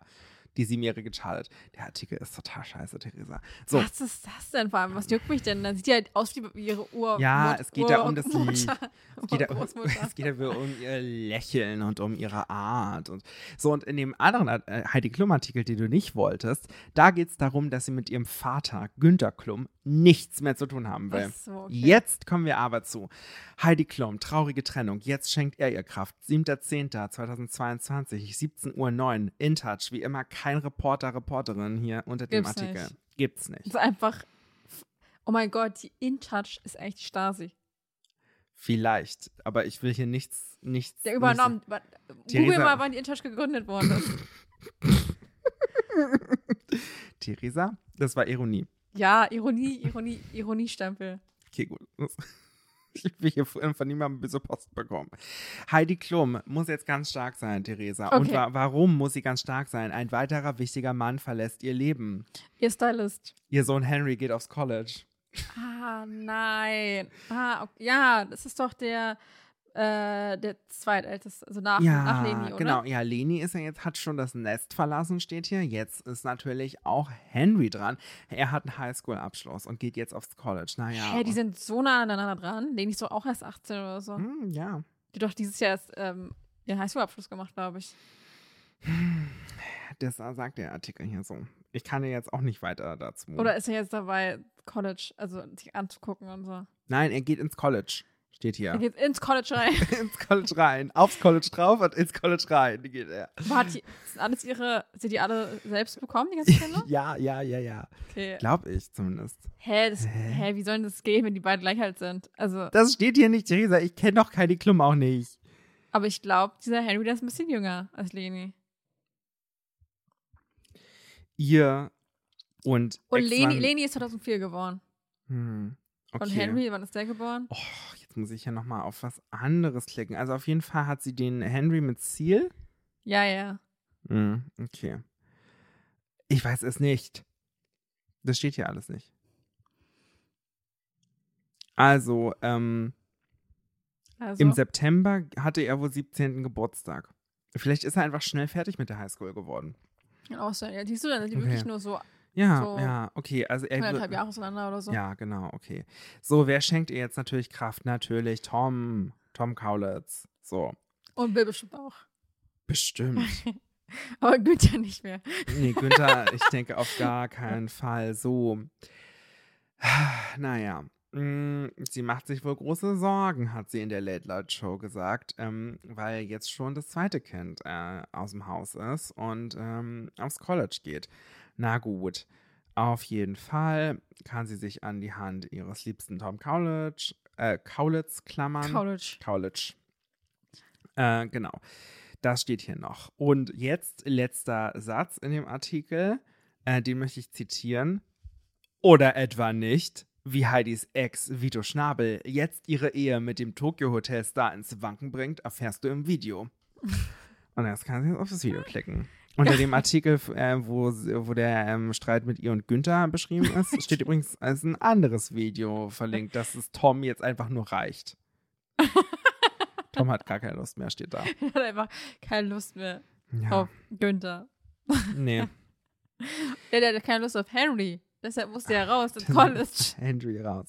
S1: Die siebenjährige Charlotte. Der Artikel ist total scheiße, Theresa. So,
S2: Was ist das denn vor allem? Was juckt mich denn? Dann sieht die halt aus wie ihre Uhr.
S1: Ja,
S2: Mut-
S1: es geht ja um das
S2: Urmutter-
S1: Lied. es geht, ja,
S2: Urgroßmutter.
S1: es geht ja um ihr Lächeln und um ihre Art. Und so, und in dem anderen Art- äh, Heidi Klum-Artikel, den du nicht wolltest, da geht es darum, dass sie mit ihrem Vater, Günter Klum, nichts mehr zu tun haben will.
S2: Ach so, okay.
S1: Jetzt kommen wir aber zu Heidi Klum, traurige Trennung. Jetzt schenkt er ihr Kraft. 7.10.2022, 17.09 Uhr, in touch. Wie immer, kein Reporter, Reporterin hier unter dem
S2: Gibt's
S1: Artikel.
S2: nicht.
S1: Gibt's nicht.
S2: Das ist einfach. Oh mein Gott, die InTouch ist eigentlich die Stasi.
S1: Vielleicht, aber ich will hier nichts, nichts. nichts-
S2: Der übernommen. wa- Google
S1: Theresa-
S2: mal, wann die InTouch gegründet worden ist.
S1: Theresa, das war Ironie.
S2: ja, Ironie, Ironie, Ironiestempel.
S1: Okay, gut. Ich will hier von von niemandem böse Post bekommen. Heidi Klum muss jetzt ganz stark sein, Theresa. Und
S2: Okay.
S1: wa warum muss sie ganz stark sein? Ein weiterer wichtiger Mann verlässt ihr Leben.
S2: Ihr Stylist.
S1: Ihr Sohn Henry geht aufs College.
S2: Ah, nein. Ah, ok- ja, das ist doch der, äh, der zweitälteste, also nach, nach Leni, oder?
S1: genau. Ja, Leni ist ja jetzt, hat schon das Nest verlassen, steht hier. Jetzt ist natürlich auch Henry dran. Er hat einen Highschool-Abschluss und geht jetzt aufs College. Naja.
S2: Hä, die sind so nah aneinander dran. Leni ist doch auch erst 18 oder so.
S1: Hm, ja.
S2: Die hat doch dieses Jahr erst ähm, ihren Highschool-Abschluss gemacht, glaube ich.
S1: Das sagt der Artikel hier so. Ich kann ja jetzt auch nicht weiter dazu.
S2: Oder ist er jetzt dabei, College, also sich anzugucken und so.
S1: Nein, er geht ins College. Steht hier.
S2: Er geht ins College rein.
S1: ins College rein. Aufs College drauf und ins College rein. Geht er.
S2: Warte, die- sind alles ihre, sind die alle selbst bekommen, die ganze Kinder?
S1: Ja, ja, ja, ja.
S2: Okay.
S1: Glaub ich zumindest.
S2: Hä, das, hä, wie soll denn das gehen, wenn die beiden gleich alt sind? Also,
S1: Das steht hier nicht, Theresa. Ich kenne doch Heidi Klum auch nicht.
S2: aber ich glaube, dieser Henry, der ist ein bisschen jünger als Leni.
S1: Ihr und
S2: Und
S1: Ex-Mann-
S2: Leni, Leni ist 2004 geboren.
S1: Hm. Okay.
S2: Und Henry, wann ist der geboren?
S1: Oh, jetzt muss ich ja noch mal auf was anderes klicken. Also auf jeden Fall hat sie den Henry mit Ziel.
S2: Ja, ja.
S1: Hm, okay. Ich weiß es nicht. Das steht hier alles nicht. Also, ähm,
S2: Also,
S1: Im September hatte er wohl 17. Geburtstag. Vielleicht ist er einfach schnell fertig mit der Highschool geworden.
S2: auch so, ja, siehst du, dann sind die wirklich
S1: Okay.
S2: nur so
S1: Ja,
S2: So
S1: ja, okay. Also er
S2: anderthalb Jahre auseinander oder so.
S1: Ja, genau, okay. So, wer schenkt ihr jetzt natürlich Kraft? Natürlich Tom, Tom Kaulitz. So,
S2: Und Bill bestimmt auch.
S1: bestimmt.
S2: Aber Günther nicht mehr.
S1: Nee, Günther, ich denke auf gar keinen Fall. So, naja. Mm, Sie macht sich wohl große Sorgen, hat sie in der Late Night Show gesagt, ähm, weil jetzt schon das zweite Kind äh, aus dem Haus ist und ähm, aufs College geht. Na gut, auf jeden Fall kann sie sich an die Hand ihres liebsten Tom Kaulitz, äh, Kaulitz klammern.
S2: College.
S1: Kaulitsch. Äh, genau. Das steht hier noch. Und jetzt letzter Satz in dem Artikel. Äh, den möchte ich zitieren. Oder etwa nicht, wie Heidis Ex Vito Schnabel jetzt ihre Ehe mit dem Tokyo Hotel Star ins Wanken bringt, erfährst du im Video. Und jetzt kann sie jetzt auf das Video klicken. Unter dem Artikel, f- äh, wo, sie- wo der ähm, Streit mit ihr und Günther beschrieben ist, steht übrigens als ein anderes Video verlinkt, dass es Tom jetzt einfach nur reicht. Tom hat gar keine Lust mehr, steht da.
S2: Er hat einfach keine Lust mehr
S1: Ja,
S2: auf Günther.
S1: nee.
S2: Ja, der hatte keine Lust auf Henry. Deshalb musste er raus ins
S1: Das-
S2: College.
S1: Henry raus.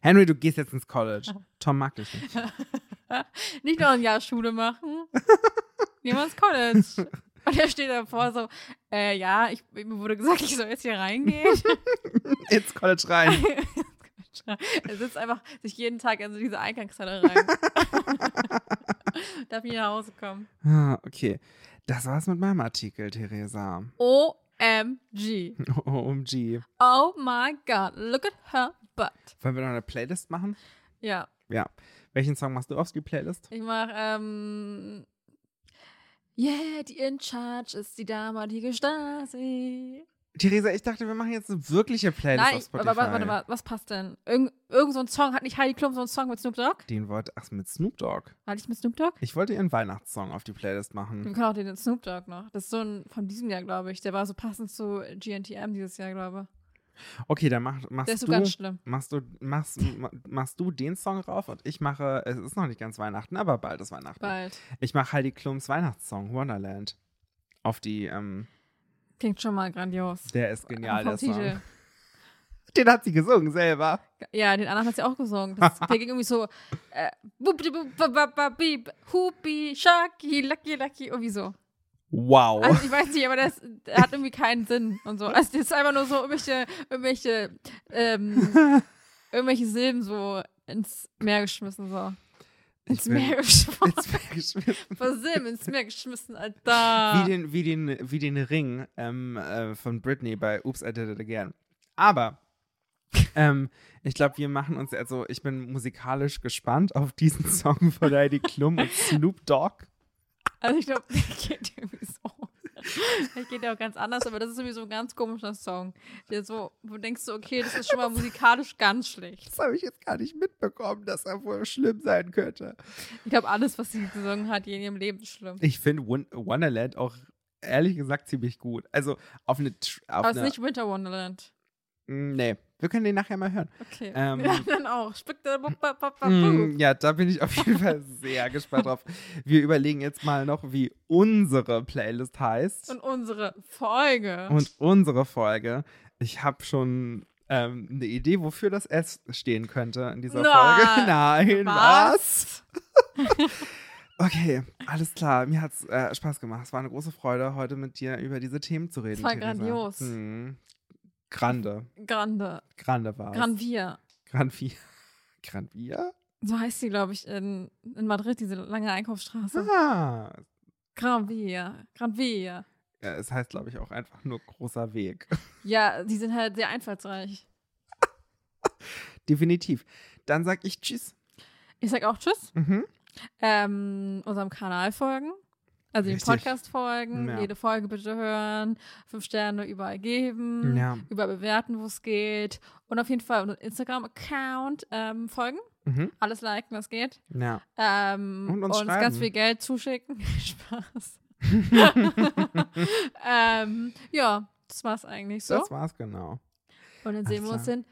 S1: Henry, du gehst jetzt ins College. Tom mag dich nicht.
S2: Nicht noch ein Jahr Schule machen. Geh mal ins College. Und er steht davor so, äh, ja, ich, mir wurde gesagt, ich soll jetzt hier reingehen.
S1: Ins College rein.
S2: er sitzt einfach sich jeden Tag in so diese Eingangshalle rein. Darf nie nach Hause kommen.
S1: Ah, Okay, das war's mit meinem Artikel, Theresa.
S2: OMG.
S1: OMG.
S2: Oh my God, look at her butt.
S1: Wollen wir noch eine Playlist machen?
S2: Ja,
S1: Ja. Welchen Song machst du auf die Playlist?
S2: Ich mach, ähm. Yeah, die in charge ist die damalige Stasi.
S1: Theresa, ich dachte, wir machen jetzt eine wirkliche Playlist
S2: Nein,
S1: auf
S2: ich,
S1: Spotify.
S2: aber warte, warte mal, was passt denn? Irgend, irgend so ein Song, hat nicht Heidi Klum so einen Song mit Snoop Dogg?
S1: Den Wort, ach, mit Snoop Dogg.
S2: War nicht mit Snoop Dogg?
S1: Ich wollte ihren Weihnachtssong auf die Playlist
S2: Wir
S1: machen.
S2: können auch den Snoop Dogg noch. Das ist so ein von diesem Jahr, glaube ich. Der war so passend zu GNTM dieses Jahr, glaube
S1: Okay, dann mach, machst
S2: Der ist so
S1: du.
S2: ganz schlimm.
S1: Machst du, machst, ma- machst du den Song rauf und ich mache, es ist noch nicht ganz Weihnachten, aber bald ist Weihnachten.
S2: Bald.
S1: Ich mache Heidi Klums Weihnachtssong, Wonderland. Auf die, ähm,
S2: Klingt schon mal grandios.
S1: der ist genial,
S2: Vom
S1: der Song.
S2: Titel.
S1: Den hat sie gesungen selber.
S2: Ja, den anderen hat sie auch gesungen. Das der ging irgendwie so äh, bub, di, bub, bub, bub, bub, bib, Hupi, Shaki, Lucky, Lucky, irgendwie so.
S1: Wow.
S2: Also ich weiß nicht, aber das der hat irgendwie keinen Sinn und so. Also das ist einfach nur so irgendwelche, irgendwelche, ähm, irgendwelche Silben so ins Meer geschmissen, so.
S1: Ich
S2: Ins
S1: bin-
S2: Meer geschmissen.
S1: Jetzt bin ich geschmissen.
S2: Was Silben ins Meer geschmissen,
S1: Wie
S2: Alter.
S1: den, wie den, wie den Ring ähm, äh, von Britney bei Oops, I Did It Again. Aber ähm, ich glaube, wir machen uns, also ich bin musikalisch gespannt auf diesen Song von Heidi Klum und Snoop Dogg.
S2: Also ich glaube, der geht irgendwie so. Vielleicht geht der auch ganz anders, aber das ist sowieso ein ganz komischer Song. Der so, wo du denkst du, okay, das ist schon mal musikalisch ganz schlecht.
S1: Das habe ich jetzt gar nicht mitbekommen, dass er wohl schlimm sein könnte.
S2: Ich glaube, alles, was sie gesungen hat, je in ihrem Leben ist schlimm.
S1: Ich finde Won Wonderland auch ehrlich gesagt ziemlich gut. Also auf eine. tr- Auf
S2: Aber es ist
S1: eine Hm,
S2: nicht Winter Wonderland.
S1: nee, wir können den nachher mal hören.
S2: Okay.
S1: Ähm.
S2: ja, dann auch. Spick da, bup, bup, bup, bup,
S1: Mm, ja, da bin ich auf jeden Fall sehr gespannt drauf. Wir überlegen jetzt mal noch, wie unsere Playlist heißt und,
S2: Und unsere Folge.
S1: unsere Folge. Ich habe schon ähm, eine Idee, wofür das S stehen könnte in dieser
S2: Na,
S1: Folge. Nein, was?
S2: was?
S1: Okay, alles klar. Mir hat es äh, Spaß gemacht. Es war eine große Freude, heute mit dir über diese Themen zu reden.
S2: war
S1: Theresa.
S2: grandios.
S1: Hm. Grande.
S2: Grande.
S1: Grande war es.
S2: Granvia.
S1: Granvia. Granvia?
S2: So heißt sie, glaube ich, in, in Madrid, diese lange Einkaufsstraße.
S1: Ah.
S2: Granvia. Granvia.
S1: Ja, es heißt, glaube ich, auch einfach nur großer Weg.
S2: Ja, die sind halt sehr einfallsreich.
S1: Definitiv. Dann sag ich Tschüss.
S2: Ich sag auch Tschüss.
S1: Mhm.
S2: Ähm, unserem Kanal folgen. Also dem
S1: Richtig.
S2: Podcast folgen.
S1: Ja.
S2: Jede Folge bitte hören. Fünf Sterne überall geben.
S1: Ja.
S2: Überall bewerten, wo es geht. Und auf jeden Fall unseren Instagram-Account ähm, folgen.
S1: Mhm.
S2: Alles liken, was geht.
S1: Ja.
S2: Ähm,
S1: Und uns
S2: ganz
S1: schreiben.
S2: viel Geld zuschicken. Spaß. ähm, ja, das war's eigentlich so.
S1: Das war's genau.
S2: Und dann
S1: Alles
S2: sehen wir uns
S1: klar.
S2: in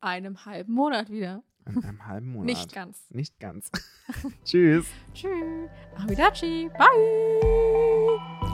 S2: einem halben Monat wieder.
S1: In einem halben Monat.
S2: Nicht ganz.
S1: Nicht ganz. Tschüss.
S2: Tschüss. Arrivederci. Bye.